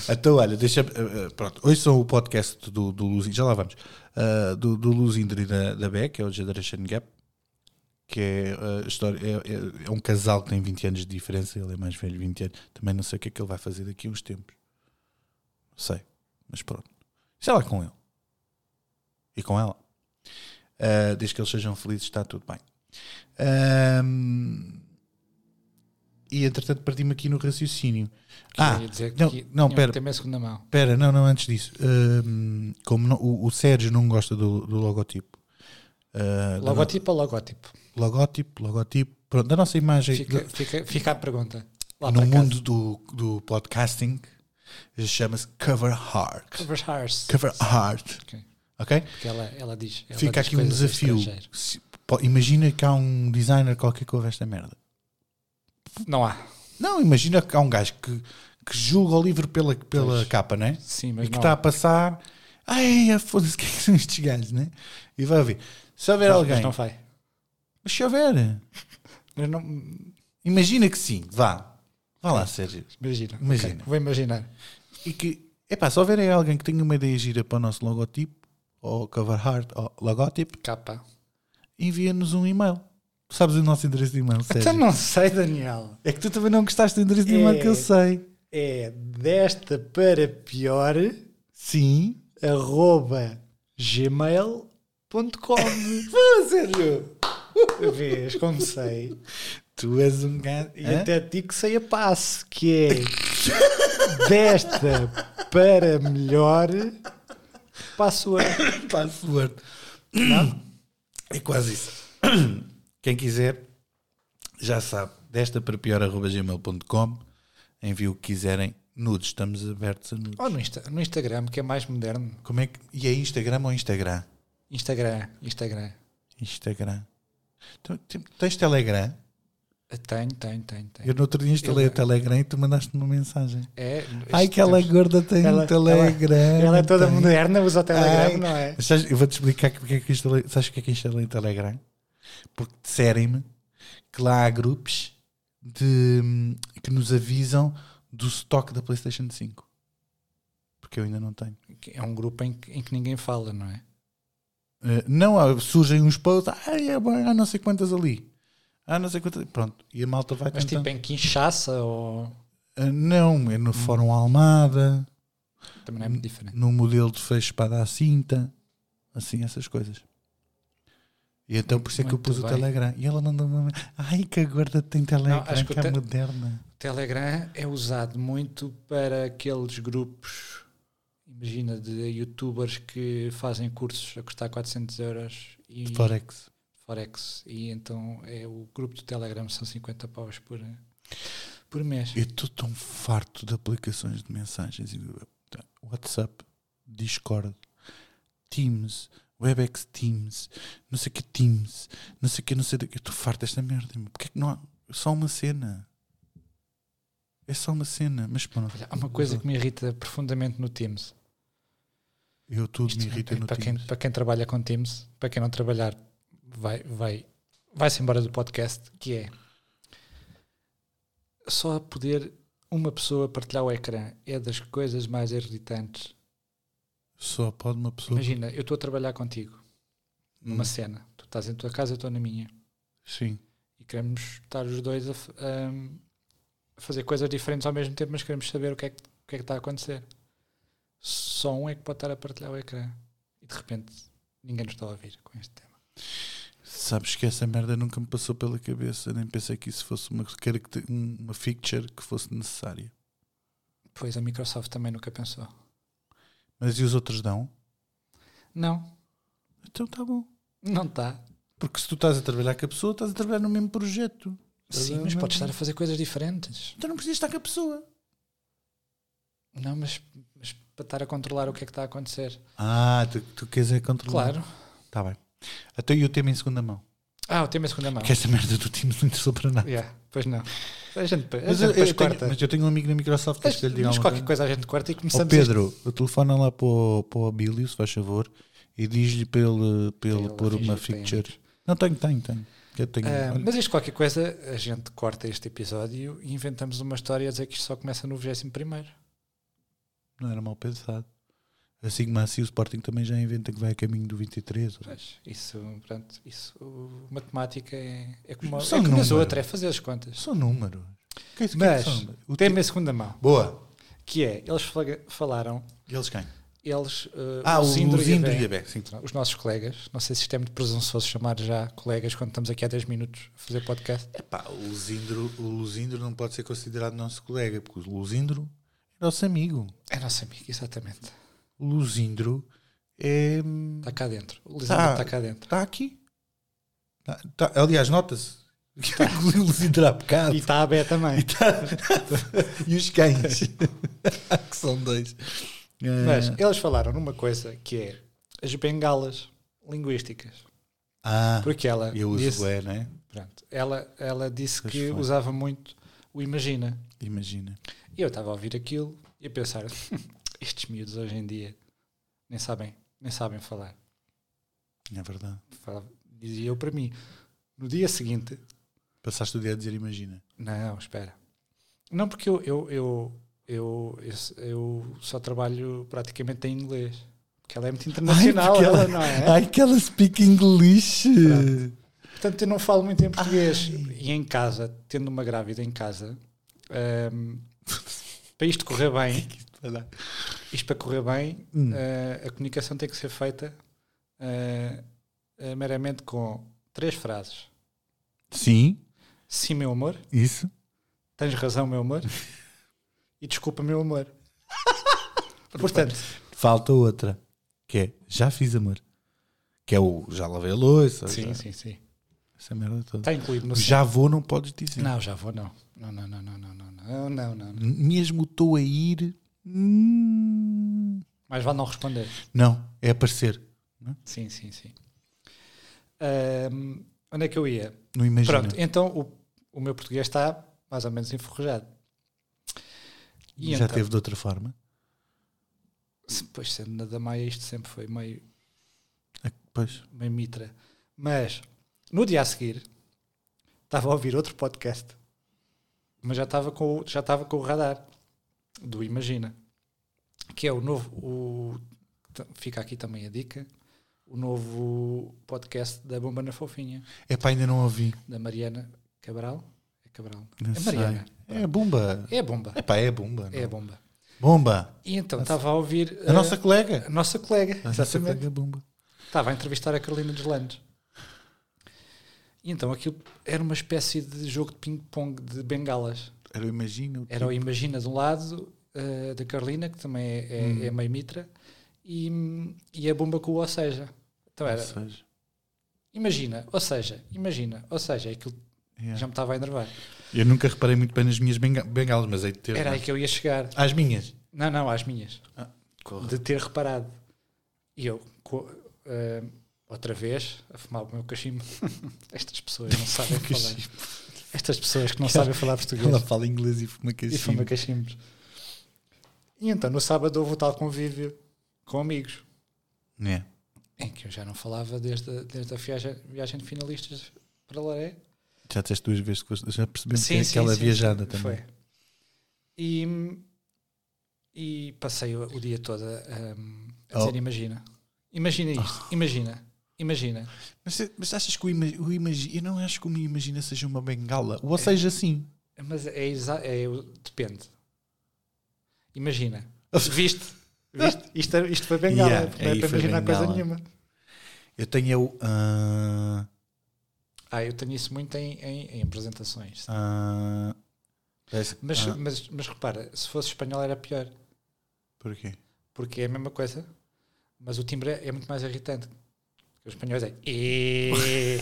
Então, olha, deixa. eh, eh, Pronto, hoje são o podcast do, do Luz, já lá vamos. ah, do, do Luz Indri da, da Beck, é o Generation Gap, que é, ah, história, é, é- é um casal que tem 20 anos de diferença, ele é mais velho, 20 anos. Também não sei o que é que ele vai fazer daqui a uns tempos. Não sei, mas pronto. Sei lá com ele e com ela. Ah, desde que eles sejam felizes, está tudo bem. Ahm, e entretanto partimos aqui no raciocínio. Ah, Eu ia dizer não, que não, tinha um pera. tema em segunda mão. Espera, não, não, antes disso. Ahm, como não- o, o Sérgio não gosta do, do logotipo. Ah, da Logotipo ou logótipo? no- logótipo, logotipo, pronto, da nossa imagem Fica, fica, fica a pergunta. Lá no para casa. mundo do, do podcasting chama-se Cover Heart. Covers Hearts. Cover Heart, Ok. ok? Porque ela, ela diz. ela Fica diz aqui um coisas em desafio. estrangeiro. Se- pô, imagina que há um designer qualquer que ouve esta merda. Não há. Não, imagina que há um gajo que, que julga o livro pela, pela Pois. capa, não é? Sim, E mas que não. está a passar. Ai, foda-se, o que é que são estes gajos, né? E vai ouvir. Se houver Não, alguém. Mas Mas, não vai. se houver. Mas não, Imagina que sim, vá. Vá lá, Sérgio. imagina. Imagina. Ok, Vou imaginar. E que. Epá, se houver aí alguém que tenha uma ideia gira para o nosso logotipo, ou cover art, ou logotipo, Capa. envia-nos um e-mail. Tu sabes o nosso endereço de e-mail, Sérgio? Até Então não sei, Daniel. É que tu também não gostaste do endereço de e-mail que eu É. sei. É desta para pior Sim. arroba gmail.com. Pô, Sérgio! Vês como sei. Tu és um gajo. E Hã? até te digo que sei a passo, que é desta para melhor password. password. É quase isso. Quem quiser, já sabe, desta para pior arroba gmail.com, envie o que quiserem, nudes, Oh, estamos abertos a nudes. Ou no, Insta- no Instagram, que é mais moderno. Como é que, e é Instagram ou Instagram? Instagram, Instagram. Instagram. Então, tem- tens Telegram? Ah, Tenho, tenho, tenho, tenho. Eu no outro dia instalei É. Eu- o Telegram e tu mandaste me uma mensagem. É, Ai, isto que ela temos- gorda tem Ela- um Telegram. Ela é toda tem. moderna, usa o Telegram, Ai. não é? Mas sabes- eu vou-te explicar que- porque é que instalei. Sabes o que é que instalei o Telegram? Porque disserem-me que lá há grupos de, hum, que nos avisam do stock da PlayStation 5. Porque eu ainda não tenho. É um grupo em que, em que ninguém fala, não é? Eh, não, há- surgem uns posts, ai, é bom, há não sei quantas ali. Há não sei quantas. Pronto, e a malta vai Mas tentando. tipo, Hum. em que inchaça ou. Eh, não, é no Fórum Almada, Também não é muito diferente. no modelo de fecho para dar cinta, assim, essas coisas. E então por isso é que eu Muito pus o bem. Telegram. E ela mandou uma. Ai, que agora tem Telegram, acho que que, o te- é moderna. Telegram é usado muito para aqueles grupos, imagina, de youtubers que fazem cursos a custar 400 euros e Forex. Forex. E então é o grupo do Telegram são 50 paus por, por mês. Eu estou tão farto de aplicações de mensagens. e- WhatsApp, Discord, Teams, WebEx Teams, não sei que Teams, não sei que, não sei de que. Eu estou farto desta merda. meu. Porque é que não há só uma cena? É só uma cena. Mas pronto. Olha, há uma coisa que me irrita profundamente no Teams. Eu tudo me Isto, é irrita no para, Teams. quem, para quem trabalha com Teams, para quem não trabalhar, vai, vai, vai-se embora do podcast, que é só poder uma pessoa partilhar o ecrã é das coisas mais irritantes. Só pode uma pessoa. Imagina, eu estou a trabalhar contigo numa Hum, cena, tu estás em tua casa, eu estou na minha, Sim. e queremos estar os dois a, f- hum, a fazer coisas diferentes ao mesmo tempo, mas queremos saber o que é que, o que, é que está a acontecer. Só um é que pode estar a partilhar o ecrã e de repente ninguém nos está a ouvir com este tema. Sabes que essa merda nunca me passou pela cabeça. Nem pensei que isso fosse uma, caracter- um- uma feature que fosse necessária. Pois a Microsoft também nunca pensou. Mas e os outros não? Não, Então tá bom. não tá. está. Porque se tu estás a trabalhar com a pessoa, estás a trabalhar no mesmo projeto. é, Sim, mas podes estar a fazer coisas diferentes. Então não precisas estar com a pessoa. Não, mas, mas para estar a controlar o que é que está a acontecer. Ah, tu, tu queres é controlar. Claro. Tá bem. Até eu o tema em segunda mão. Ah, o tema é segunda mão. Porque esta merda do time não interessou para nada. Yeah, pois não. A gente, a Mas gente eu, eu depois corta. tenho, mas eu tenho um amigo na Microsoft que acho que lhe diga Mas alguma qualquer coisa. coisa a gente corta e Ó começamos. Pedro, telefona lá para o, para o Abílio, se faz favor, e diz-lhe para ele, para ele Para ele pôr uma fingir que tem. feature. Não, tenho, tenho, tenho. Eu tenho Ah, olha, mas isto qualquer coisa, a gente corta este episódio e inventamos uma história a dizer que isto só começa no 21 Não era mal pensado. A Sigma assim, o Sporting também já inventa que vai a caminho do 23. ou- Pois, isso, pronto, isso, o- matemática é, é como, é Só como as número. outras, é fazer as contas. São números. Que, que Mas, são números? O tema é segunda mão, Boa. que é, eles flaga- falaram, Eles quem? eles, eh, Ah, o Zindro e a Zindro Bé, e a Bé, sim. os nossos colegas, não sei se isto é muito presunçoso chamar já colegas quando estamos aqui há 10 minutos a fazer podcast. Epá, o Zindro, o Luzindro não pode ser considerado nosso colega, porque o Luzindro é nosso amigo. É nosso amigo, exatamente, O Luzindro é... está cá dentro, o Lisandro Tá. está cá dentro. Está aqui. Tá- tá- aliás, nota-se. O Luzindro há bocado. Tá E está a Bé também. E, tá- e os cães. que são dois. É. Mas eles falaram numa coisa que é as bengalas linguísticas. ah, Porque ela eu uso disse, o E, né? pronto, ela, ela disse Pois que foi. usava muito o imagina. Imagina. E eu estava a ouvir aquilo e a pensar, estes miúdos hoje em dia nem sabem, nem sabem falar. É verdade. Falava- dizia eu para mim. No dia seguinte, Passaste o dia a dizer imagina. não, espera. Não porque eu eu, eu, eu, eu, eu só trabalho praticamente em inglês. Porque ela é muito internacional, porque ela, ela- não é? Ai, que ela speak English. Portanto, eu não falo muito em português. E em casa, tendo uma grávida em casa, ahm, para isto correr bem, isto para correr bem, Hum. ah, a comunicação tem que ser feita ah, ah, meramente com três frases. Sim, Sim, meu amor. isso. Tens razão, meu amor. E desculpa, meu amor. Portanto, Falta outra, que é já fiz amor. Que é o já lavei a louça. sim, já- sim, sim. Essa merda toda. Está incluído no é. Já vou, não podes dizer. Não, já vou, não. Não, não, não, não, não, não, não, não, não. não. Mesmo estou a ir. hum, Mas vale não responder. Não, é aparecer. Sim, sim, sim. Ahm, onde é que eu ia? Não imagino. Pronto, então o, o meu português está mais ou menos enferrujado. E Já então, teve de outra forma? se- Pois sendo na da Maia, isto sempre foi meio, Ah, Pois. meio mitra. Mas no dia a seguir estava a ouvir outro podcast, mas já estava com, o- já estava com o radar do Imagina, que é o novo. O, t- fica aqui também a dica. O novo podcast da Bomba na Fofinha, É pá, ainda não ouvi. da Mariana Cabral. É Cabral. Não é sei. Mariana. É bomba. É a bomba. É pá, é bomba. não? É a bomba. Bomba. E então estava a ouvir eh, A nossa colega. a nossa colega. A nossa exatamente. colega bomba. Estava a entrevistar a Carolina Deslandes. E então aquilo era uma espécie de jogo de ping-pong de bengalas. Era o tipo, imagino. Era o Imagina de um lado, eh, da Carolina, que também é, é, Hum. é meio mitra, e, e a bomba com o ou seja. Então era, Seja, imagina, ou seja, imagina, ou seja, aquilo yeah. já me estava a enervar. é. Eu nunca reparei muito bem nas minhas benga- bengalas, mas aí de ter. Era aí que eu ia chegar. As minhas. Não, não, às minhas. Corre. de ter reparado. E eu, co- eh, outra vez, a fumar o meu cachimbo. Estas pessoas não sabem falar. Estas pessoas que não sabem falar Ela português fala inglês e fuma e fuma cachimbo. cachimbos. E então, no sábado, houve o tal convívio com amigos, É. em que eu já não falava desde, a- desde a viagem, viagem de finalistas para Laré. Já disseste duas vezes que eu- já percebemos que é aquela sim, viajada sim, também. Foi. E, e passei o, o dia todo hum, a Oh. Ah. dizer: Imagina, imagina isto, imagina, imagina. Mas, mas achas que o, ima, o imagi- Eu não acho que o imagina seja uma bengala. É. Ou seja, sim. Mas é, exa- é o- depende. Imagina, viste, viste, isto, é- isto foi bengala, Yeah, porque não é aí para foi imaginar coisa bengala. nenhuma. Eu tenho é o. ah, Ah, eu tenho isso muito em, em, em apresentações. ah, parece- Mas, ah, mas, mas repara, se fosse espanhol era pior, porquê? porque é a mesma coisa, mas o timbre é muito mais irritante. Os espanhóis é. "Eh".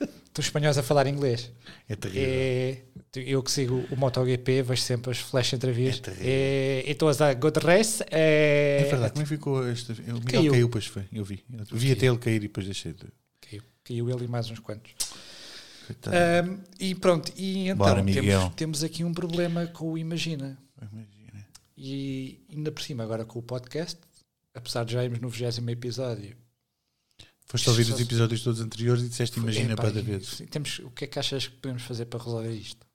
Estão os espanhóis a falar inglês. É terrível. É, eu que sigo o MotoGP, vejo sempre as flash É entrevistas. terrível. É, it was a good race. É, É, verdade. Como é que ficou esta. O Miguel Caiu. caiu. pois foi. Eu vi. Eu vi Caiu. até ele cair e depois deixei de. Caiu, caiu ele e mais uns quantos. Coitado. Ahm, e pronto, e então Bora, Miguel. temos, temos aqui um problema com o Imagina. Imagina. E ainda por cima, agora com o podcast, apesar de já irmos no 20 episódio. Foste ouvir Só os se- episódios todos anteriores e disseste imagina Epá, para cada e- vez. Temos, o que é que achas que podemos fazer para resolver isto?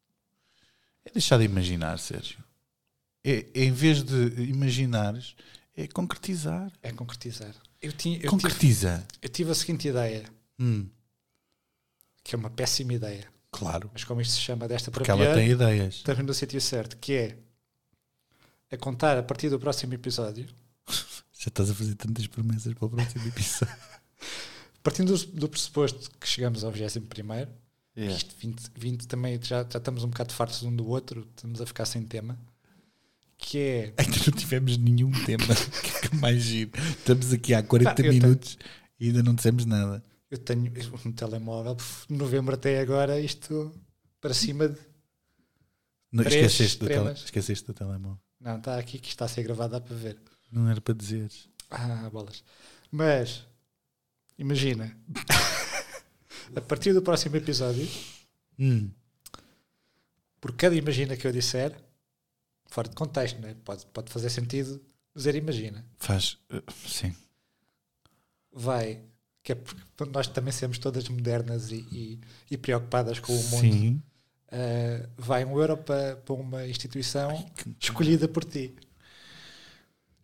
É deixar de imaginar, Sérgio. É, é em vez de imaginares, é concretizar. É concretizar. Eu, tinha, eu, tive, Concretiza. eu tive a seguinte ideia, Hum, que é uma péssima ideia, claro. mas como isto se chama desta Porque propriedade, ela tem ideias. estamos no sítio certo, que é a contar a partir do próximo episódio Já estás a fazer tantas promessas para o próximo episódio. Partindo do, do pressuposto que chegamos ao 21 primeiro, Yeah. isto 20, 20 também já, já estamos um bocado fartos um do outro, estamos a ficar sem tema, que é Ainda não tivemos nenhum tema. que é que mais giro. Estamos aqui há 40 Ah, eu minutos e ainda não dissemos nada. eu tenho um telemóvel pf, de novembro até agora, isto para cima de. Não, Três esqueceste, do tele, estrelas. esqueceste do telemóvel. Não, está aqui que está a ser gravado, dá para ver. Não era para dizeres. Ah, bolas. Mas imagina, a partir do próximo episódio, Hum. por cada imagina que eu disser, fora de contexto, né? pode, pode fazer sentido dizer imagina. Faz. eh, Sim. vai, que é porque nós também somos todas modernas e, e- e preocupadas com o mundo, Sim. Ah, vai um euro para, para uma instituição que- escolhida por ti.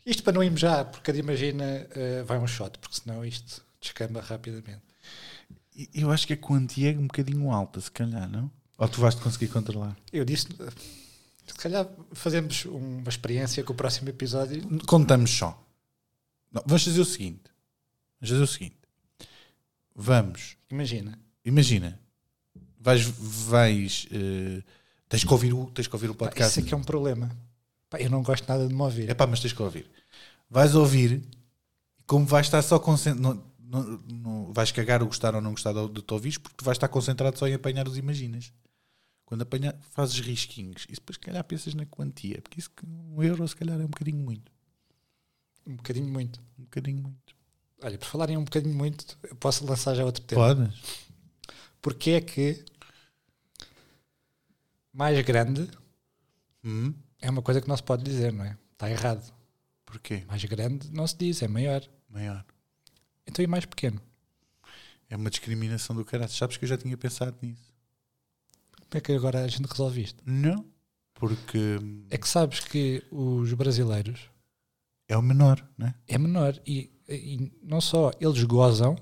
Isto para não irmos já, porque imagina, ah, vai um shot, porque senão isto descamba rapidamente. E- Eu acho que a quantia é um bocadinho alta, se calhar, não? Ou tu vais conseguir controlar? Eu disse, ah, se calhar fazemos uma experiência com o próximo episódio. Contamos só. Não, vamos fazer o seguinte. Vamos fazer o seguinte. Vamos. Imagina, Imagina. Vais. vais eh, tens, que ouvir o, tens que ouvir o pá, podcast. isso é que é um problema. Pá, eu não gosto nada de me ouvir. É pá, mas tens que ouvir. Vais ouvir, como vais estar só concentrado. Não, não- vais cagar o gostar ou não gostar do, do teu ouvir, porque tu vais estar concentrado só em apanhar os imaginas. Quando apanhar, fazes risquinhos. E depois, se calhar, pensas na quantia. Porque isso, que um euro, se calhar, é um bocadinho muito. Um bocadinho muito. Um bocadinho muito. Olha, por falarem um bocadinho muito, eu posso lançar já outro tema. Podes? Porquê é que mais grande Hum? é uma coisa que não se pode dizer, não é? Está errado. Porquê? Mais grande não se diz, é maior. Maior. Então e mais pequeno? É uma discriminação do caralho. Sabes que eu já tinha pensado nisso? Como é que agora a gente resolve isto? Não. Porque hum, É que sabes que os brasileiros é o menor, né? é menor e, e não só eles gozam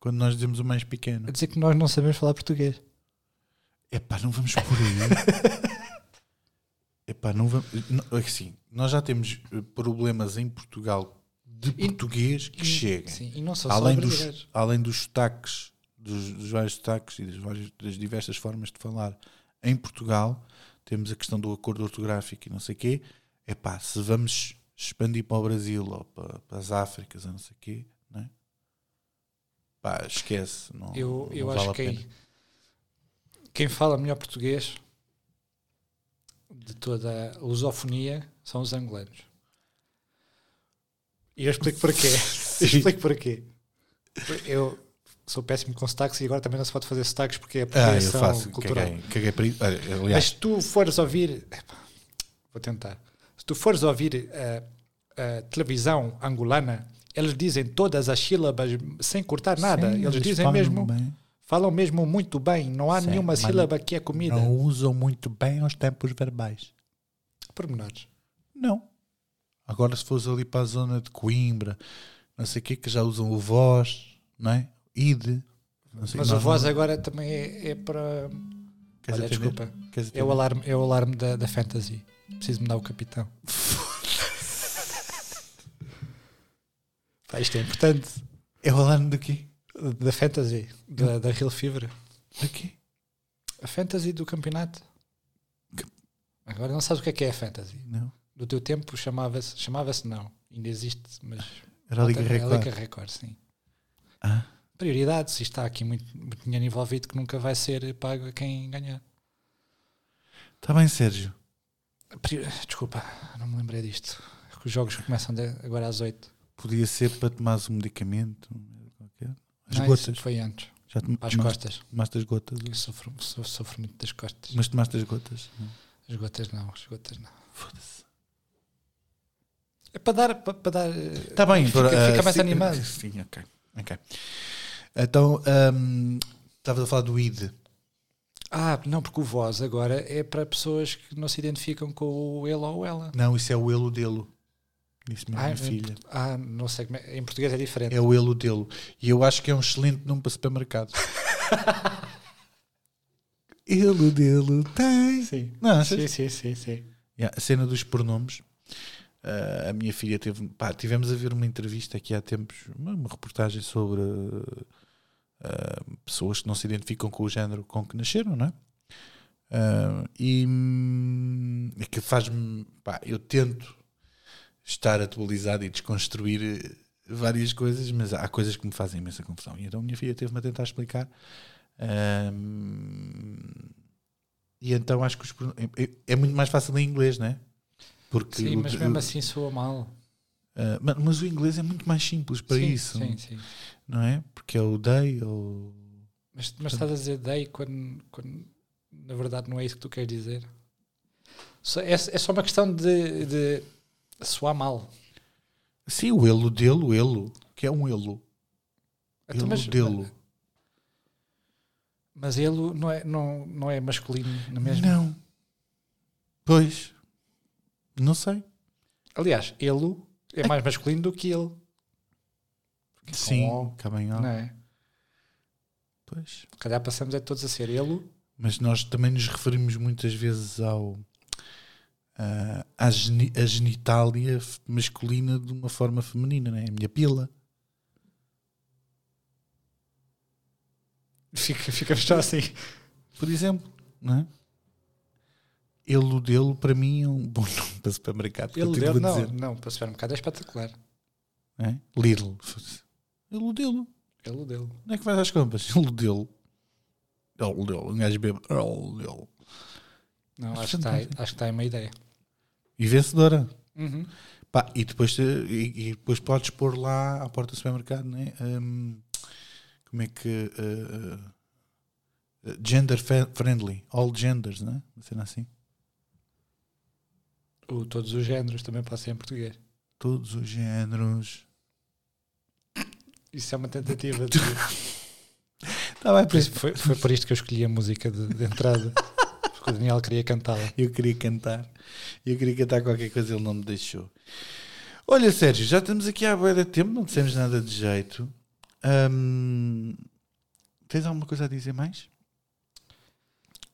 Quando nós dizemos o mais a pequeno. dizer que nós não sabemos falar português. Epá, não vamos por aí. Epá, não vamos. não, Assim, nós já temos eh, problemas em Portugal de português que chegam. Sim, e não só além só dos, brasileiros. além dos sotaques, dos, dos vários sotaques e das, várias- das diversas formas de falar em Portugal, temos a questão do acordo ortográfico e não sei o quê. É pá, se vamos expandir para o Brasil ou para, para as Áfricas ou não sei o quê, né? pá, esquece. Não, Eu, não eu vale acho a que é pena. quem, quem fala melhor português de toda a lusofonia são os angolanos. E eu explico porquê. Eu explico porquê. Eu sou péssimo com sotaques e agora também não se pode fazer sotaques porque é Ah, eu apropriação faço, cultural. caguei, caguei para isso. Olha, Mas aliás, se tu fores ouvir. Epá, vou tentar. Se tu fores ouvir eh, a, a televisão angolana, eles dizem todas as sílabas sem cortar nada. sim, eles dizem falam mesmo. bem. Falam mesmo muito bem. Não há Sim, nenhuma mas sílaba que é comida. Não usam muito bem os tempos verbais. Pormenores. Não. Agora, se fores ali para a zona de Coimbra, não sei o que, que já usam o voz, não é? Id. Não sei Mas não, a voz não- agora também é, é para. Queres Olha, atender? desculpa. Queres É o atender? alarme, é o alarme da, da fantasy. Preciso mudar o capitão. Pá, isto é importante. É o alarme do quê? Da fantasy. Da, da Real Fever. Do quê? A fantasy do campeonato. Agora não sabes o que é que é a fantasy. Não. Do teu tempo chamava-se, chamava-se não. Ainda existe, mas Era a Liga É a Record. Liga Record, sim. Ah. Prioridade, se está aqui muito, muito dinheiro envolvido que nunca vai ser pago a quem ganhar. Está Tá bem, Sérgio. Prior- Desculpa, não me lembrei disto. Os jogos começam de- agora às 8. Podia ser para tomares um medicamento. qualquer. As Não, isso gotas. Foi antes. Já tom- Para as tomaste, costas. tomaste as gotas. Eu sofro, so- sofro muito das costas. Mas tomaste as gotas. não? As gotas não, as gotas não. Foda-se. É para dar. Para, para dar eh, Está bem. Fica- para- fica ah, mais sim- animado. Sim, ok. ok. Então, hum, estavas a falar do ID. Ah, não, porque o voz agora é para pessoas que não se identificam com o ele ou ela. Não, isso é o elo dele. Isso mesmo, Ah, minha em filha. port- ah, não sei como é. Em português é diferente. É o elo dele. E eu acho que é um excelente nome para supermercado. elo dele tem. Sim. Não, achas? Sim, sim, sim, sim. Yeah, a cena dos pronomes. ah, a minha filha teve. Pá, tivemos a ver uma entrevista aqui há tempos, uma, uma reportagem sobre ah, pessoas que não se identificam com o género com que nasceram, não é? Ah, e hum, é que faz-me. Pá, eu tento estar atualizado e desconstruir eh, várias coisas, mas há coisas que me fazem imensa confusão. E então a minha filha teve-me a tentar explicar. ah, e então acho que os pronomes- é, é muito mais fácil em inglês, não é? Porque Sim, o- mas mesmo assim soa mal. ah, ma- mas o inglês é muito mais simples para Sim, isso, Sim, sim. não é? Porque é o day ou Mas, mas estás a dizer day quando, quando na verdade não é isso que tu queres dizer. Só- é, é só uma questão de, de soar mal. sim, o elo dele, o elo, que é um elo, Então, elo mas, dele. mas ele não é, não, não é masculino na mesma. Não. Pois. Não sei. Aliás, ele é mais masculino do que ele. Porque é com Sim, O, cabem não é? Pois. Se calhar passamos é todos a ser ele. Mas nós também nos referimos muitas vezes ao ah, à, geni- à genitália f- masculina de uma forma feminina, não é? A minha pila. Fica, ficamos só assim. por exemplo, não é? Ele dele para mim é um bom nome para supermercado. Ele continuo dele, a não, dizer, não, para supermercado é espetacular. não é? Lidl. Ele dele. Ele dele. Onde é que vais às compras? Ele dele. Ele dele. Um gajo bebe. Ele dele. Não, Mas acho que, está, aí- É Uhum. fantástico. acho que está aí uma ideia. E vencedora. Pá, e, depois, te- e, e depois podes pôr lá à porta do supermercado, né? Hum, como é que. eh, eh, gender fe- friendly, all genders, né? Uma cena assim. O, todos os géneros também passa em português. Todos os géneros. Isso é uma tentativa de. Tá bem, Por por isso isso, foi, foi por isto que eu escolhi a música de, de entrada. Porque o Daniel queria cantá-la. Eu queria cantar. Eu queria cantar qualquer coisa, ele não me deixou. Olha, Sérgio, já estamos aqui há bué de tempo, não dissemos nada de jeito. Hum, tens alguma coisa a dizer mais?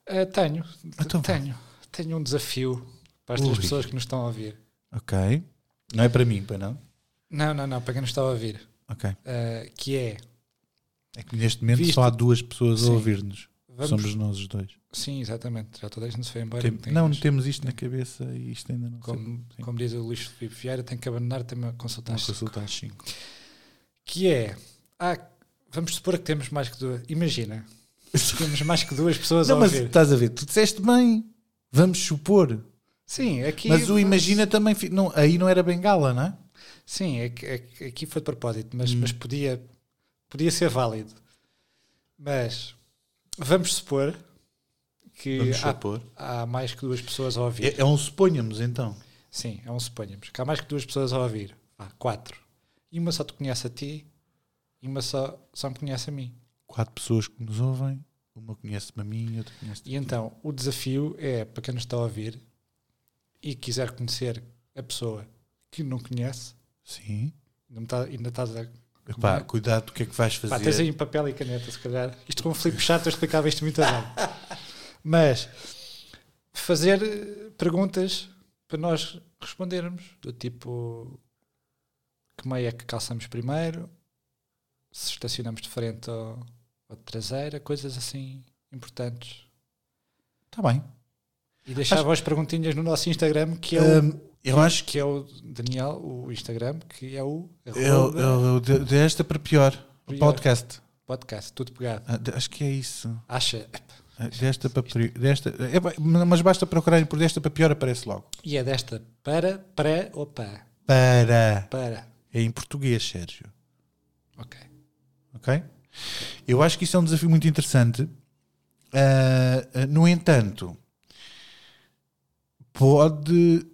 Eh, tenho, Então vá. tenho. Tenho um desafio para estas Ui. pessoas que nos estão a ouvir. Ok. Não é para mim, para não? Não, não, não, para quem nos está a ouvir. Ok. Eh, que é. É que neste momento Visto. só há duas pessoas Sim. a ouvir-nos. Vamos, Somos nós os dois. Sim, exatamente. Já toda a gente se foi embora. Tem- tem- não, não temos isto na cabeça e isto ainda não sei. como, sim. como diz o Luís Filipe Vieira, tem que abandonar, tem que consultar. Não consultar às 5. Que é. há- vamos supor que temos mais que duas. Imagina. Temos mais que duas pessoas Não, a mas ouvir. estás a ver, tu disseste bem. Vamos supor. Sim, aqui. Mas o imagina também. fi- Não, aí não era bengala, não é? Sim, é que- é que- aqui foi de propósito, Hum. mas, mas podia, podia ser válido. Mas vamos supor que Vamos há, supor. há mais que duas pessoas a ouvir. É, é um suponhamos então. Sim, é um suponhamos. Que há mais que duas pessoas a ouvir. Há quatro. E uma só te conhece a ti e uma só, só me conhece a mim. Quatro pessoas que nos ouvem, uma conhece-me a mim, outra conhece-te. E então o desafio é para quem nos está a ouvir e quiser conhecer a pessoa que não conhece, Sim. ainda me tá- ainda estás a Epá, Não. cuidado do que é que vais Pá, tens fazer. aí papel e caneta, se calhar. Isto com o Filipe Chato eu explicava isto muito bem. Mas fazer eh, perguntas para nós respondermos, do tipo que meia é que calçamos primeiro, se estacionamos de frente ou, ou de traseira, coisas assim importantes. Está Tá bem. E deixava as perguntinhas no nosso Instagram, que é, o, Hum, eu acho que que é o Daniel, o Instagram, que é o eu, arroba eu, eu de- desta para pior. Pior. Podcast. podcast, tudo pegado. Ah, de- Acho que é isso. Acha? Ah, Desta para pior. Desta, é bem, mas basta procurarem por desta para pior, aparece logo. E é desta para, pré ou pá? Para. Para. É em português, Sérgio. Ok. ok? Eu acho que isso é um desafio muito interessante. Ah, ah, no entanto, pode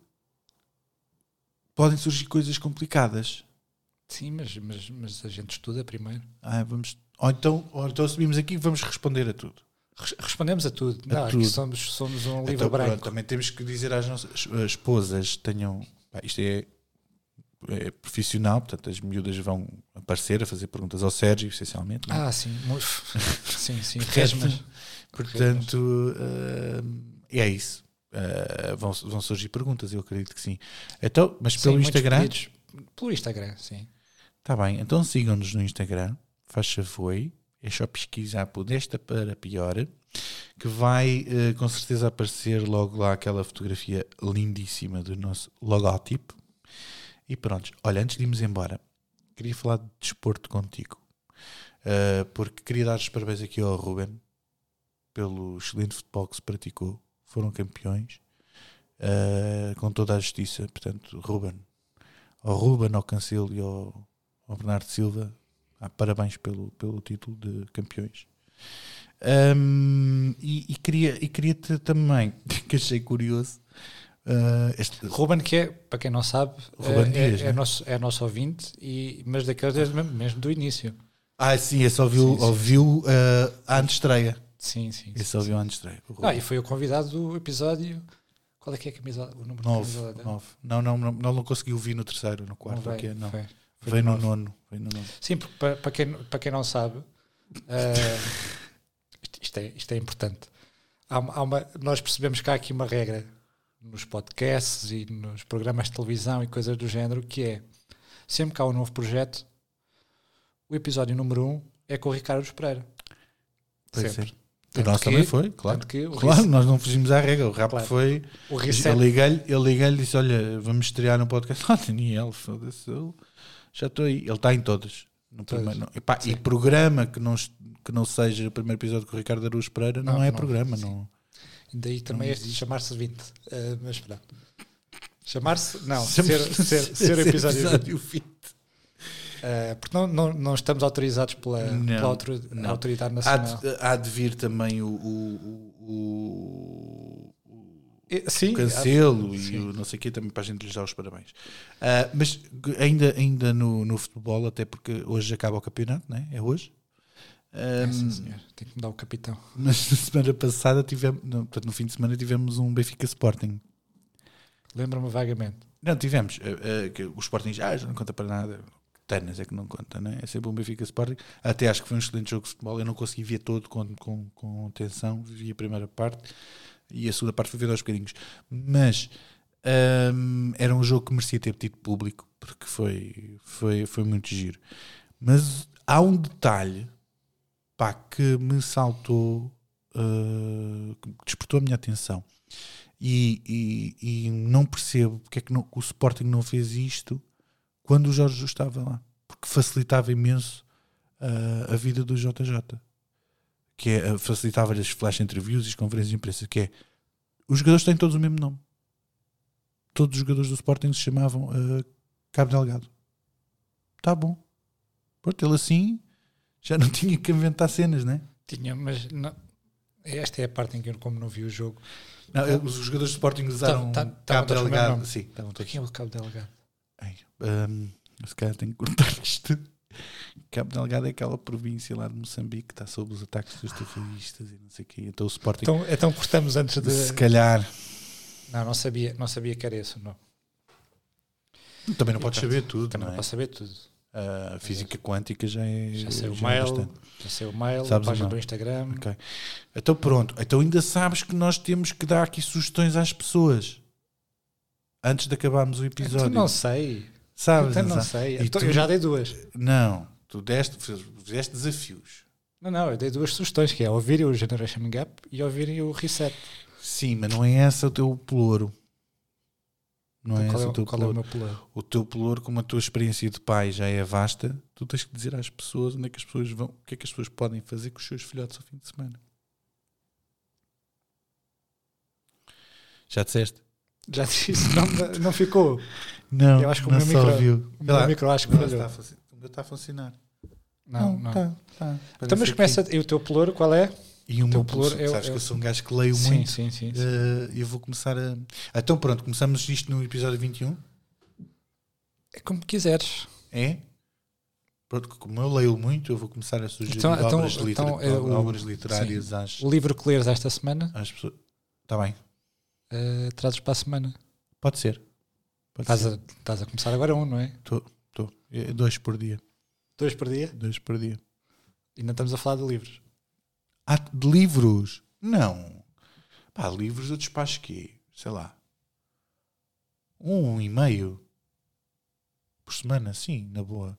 podem surgir coisas complicadas. Sim, mas, mas, mas a gente estuda primeiro. Ah, vamos, ou, então, ou então subimos aqui e vamos responder a tudo. Res- Respondemos a tudo. A Não, aqui tudo. somos, somos um livro Então, pronto, branco. também temos que dizer às nossas eh, esposas tenham. pá, isto é, é profissional, portanto as miúdas vão aparecer a fazer perguntas ao Sérgio, essencialmente. não é? Ah, sim. mu- sim, sim. Portanto, Resmas. Portanto, ah, é isso. Ah, vão, vão surgir perguntas, eu acredito que sim. Então, mas Sim, pelo muitos Instagram, pedidos. Pelo Instagram, sim. está bem. Então sigam-nos no Instagram, faz favor. É só pesquisar por desta para pior, que vai ah, com certeza aparecer logo lá aquela fotografia lindíssima do nosso logotipo. E pronto, olha, antes de irmos embora, queria falar de desporto contigo. Ah, porque queria dar os parabéns aqui ao Ruben pelo excelente futebol que se praticou. Foram campeões ah, com toda a justiça. Portanto, Ruben, ao Ruben, ao Cancelo e ao, ao Bernardo Silva, ah, parabéns pelo, pelo título de campeões. Ahm, e, e queria e queria te também que achei curioso ah, este, Ruben, que é, para quem não sabe, Ruben é, Dias, é, né? é nosso, é nosso ouvinte, e, mas daqueles desde mesmo, mesmo do início. Ah, sim, esse ouviu, Sim, sim. ouviu ah, a antestreia. Sim, sim. sim. Esse ouviu a antestreia. O Ah, e foi o convidado do episódio. Qual é que é a camisola? O número de Nove, camisola dele? nove. Não, não, não, não, não consegui ouvir no terceiro, no quarto, não. né? Não veio, Okay, não. foi. Foi Veio no nove. nono. Veio no nono. Sim, porque para, para, quem, para quem não sabe, eh, isto, isto é, isto é importante. Há uma- há uma- nós percebemos que há aqui uma regra nos podcasts e nos programas de televisão e coisas do género que é sempre que há um novo projeto, o episódio número 1 um é com o Ricardo Pereira. Pois Sempre. é. O Tanto nosso que- também foi, claro. Tanto que o, Claro, res- nós não fugimos à regra. O rap Claro. foi. o Eu reset liguei-lhe eu liguei-lhe e disse: Olha, vamos estrear um podcast. Ah, Daniel, foda-se, eu já estou aí. Ele está em todos. No Todos. primeiro, não. Epá, e Sim. programa que não, est- que não seja o primeiro episódio com o Ricardo Araújo Pereira não, Não, é não, programa. sim. Não. daí também este chamar-se 20. eh, mas pronto. Chamar-se. Não, Sempre- ser, ser, ser o episódio. episódio 20. Eh, porque não, não, não estamos autorizados pela, Não, pela autor- não. autoridade Há nacional. de, há de vir também o, o, o- Eh, o Sim, cancelo e Sim. o não sei o quê também para a gente lhes dar os parabéns. Ah, mas ainda, ainda no, no futebol, até porque hoje acaba o campeonato, não é? É hoje? há- Ah, É, sim, senhor. Tem que mudar o capitão. mas na semana passada tivemos, não, portanto, no fim de semana tivemos um Benfica Sporting. Lembra-me vagamente. Não, tivemos. ah, ah, que o Sporting já ah, já não conta para nada. Tanas é que não conta, não é? É sempre um Benfica Sporting. Até acho que foi um excelente jogo de futebol. Eu não consegui ver todo com, com, com atenção. Vi a primeira parte e a segunda parte fui ver aos bocadinhos. Mas ahm, era um jogo que merecia ter tido público porque foi, foi, foi muito giro. Mas há um detalhe pá, que me saltou, ah, que despertou a minha atenção. E, e- e não percebo porque é que não- que o Sporting não fez isto quando o Jorge Jesus estava lá, porque facilitava imenso ah, a vida do JJ, que é, ah, facilitava as flash interviews e as conferências de imprensa, que é os jogadores têm todos o mesmo nome. Todos os jogadores do Sporting se chamavam ah, Cabo Delgado. Tá bom. Pronto, ele assim já não tinha que inventar cenas, né? Tinha, mas não- esta é a parte em que eu, como não vi o jogo, Não, eu- os jogadores do Sporting usaram tá- estavam Cabo todos com o mesmo Delgado. nome. Sim, estavam todos. quem é o cabo delegado? Ai, hum, se calhar tenho que cortar isto. Cabo Delgado é aquela província lá de Moçambique que está sob os ataques dos terroristas e não sei o quê. Então o Sporting, Então, então cortamos antes de. se calhar, Não, não sabia, não sabia que era esse o nome. também não podes Exato. saber tudo, Também não não é? posso saber tudo. A física quântica já é. Já sei o já é mail, bastante. já sei o mail, a Sabes o página mail. do Instagram. Ok. Então pronto, então ainda sabes que nós temos que dar aqui sugestões às pessoas antes de acabarmos o episódio. Então não sei. sabes? Então não Elsa? sei. E Então, tu- Eu já dei duas. Não, tu deste, fizeste desafios. Não, não, eu dei duas sugestões, que é ouvirem o Generation Gap e ouvirem o Reset. Sim, mas não é essa o teu pelouro. Não é qual essa é, o o- teu qual é o pelouro. meu plano? O teu pelouro, como a tua experiência de pai já é vasta, tu tens que dizer às pessoas onde é que as pessoas vão, o que é que as pessoas podem fazer com os seus filhotes ao fim de semana. Já disseste? Já disse, não, não ficou. Não, Eu acho que o não meu só micro- ouviu. O meu micro acho que Não, está falhou. a funci- o meu está a funcionar. Não, não. Tá, tá. Então, mas Parece começa. E o teu pelouro qual é? aqui. E o meu pelouro pelouro, é o- sabes é o- que eu sou um gajo que leio sim, muito. sim, sim. sim. Eh, eu vou começar a. Então, pronto, começamos isto no episódio 21. É como quiseres. É? Pronto, como eu leio muito, eu vou começar a sugerir Então- então- obras, litera- então, é o- obras literárias às, O livro que leres esta semana, às pessoas. Está bem, eh, trazes para a semana. pode ser. Pode Estás ser. a, estás a começar agora um, não é? Tô. É, Dois por dia. Dois por dia. Dois por dia. E não estamos a falar de livros. Ah, de livros? Não. Pá, livros eu despacho quê? Sei lá. Um e meio por semana, sim, na boa.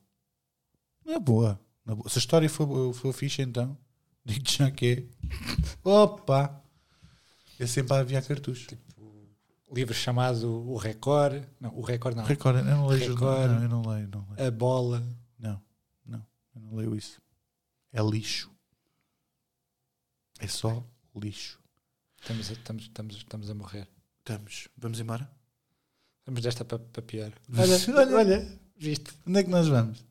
Na boa. Na boa. Se a história for, bo- for fixe, então, digo já que é. Opa! Eu sempre a aviar cartucho. Livro chamado O Record. Não, O Record não. Record, eu não leio. Record. Não, eu não leio, não leio. A Bola. Não, não, eu não leio isso. É lixo. É só lixo. Estamos a, estamos, estamos, estamos a morrer. Estamos. Vamos embora? Vamos desta para, para pior. Olha, Olha, olha, viste? Onde é que nós vamos?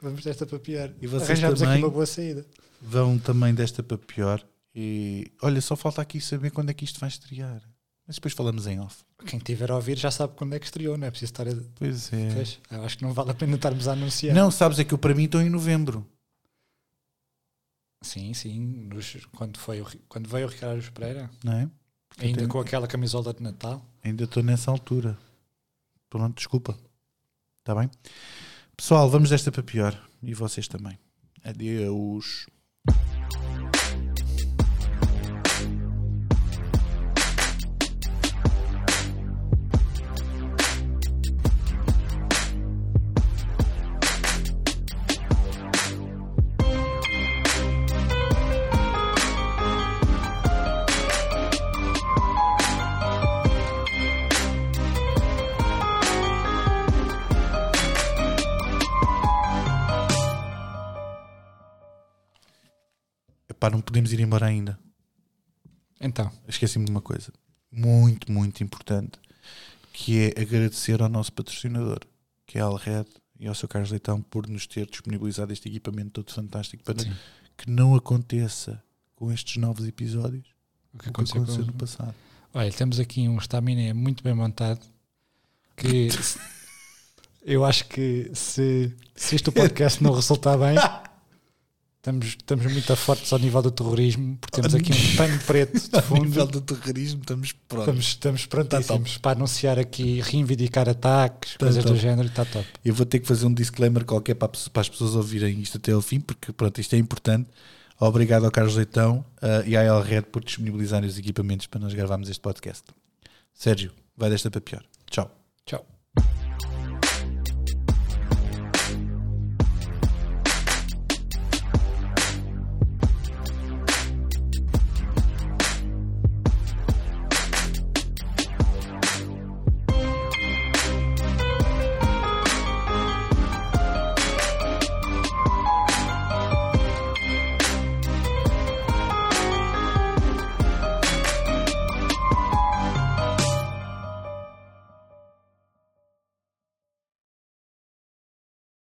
Vamos desta para pior. E vocês Arranjámos também? aqui uma boa saída. Vão também desta para pior. E olha, só falta aqui saber quando é que isto vai estrear. Mas depois falamos em off. Quem tiver a ouvir já sabe quando é que estreou, não é preciso estar a. Pois é. Pois, eu acho que não vale a pena estarmos a anunciar. Não, sabes, é que eu para mim estou em novembro. Sim, sim. nos- quando, foi o Ri- quando veio o Ricardo Araújo Pereira, Não é? Eu ainda tenho- com aquela camisola de Natal. Ainda estou nessa altura. Pronto, desculpa. Está bem? Pessoal, vamos desta para pior. E vocês também. Adeus. Epá, não podemos ir embora ainda. Então, Esqueci-me de uma coisa. Muito, muito importante. que é agradecer ao nosso patrocinador, que é a Alred e ao seu Carlos Leitão por nos ter disponibilizado este equipamento todo fantástico para Sim. que não aconteça com estes novos episódios o O que que aconteceu com- aconteceu no passado. Olha, temos aqui um estaminé muito bem montado que se- eu acho que se, se este podcast não resultar bem, estamos, estamos muito fortes ao nível do terrorismo, porque temos aqui um pano preto de A nível do fundo. terrorismo estamos prontos. Estamos, estamos prontíssimos para anunciar aqui, reivindicar ataques, coisas top. do género, está top. Eu vou ter que fazer um disclaimer qualquer para, a pessoa- para as pessoas ouvirem isto até ao fim, porque pronto, isto é importante. Obrigado ao Carlos Leitão ah, e à El Red por disponibilizarem os equipamentos para nós gravarmos este podcast. Sérgio, vai desta para pior. Tchau. Tchau.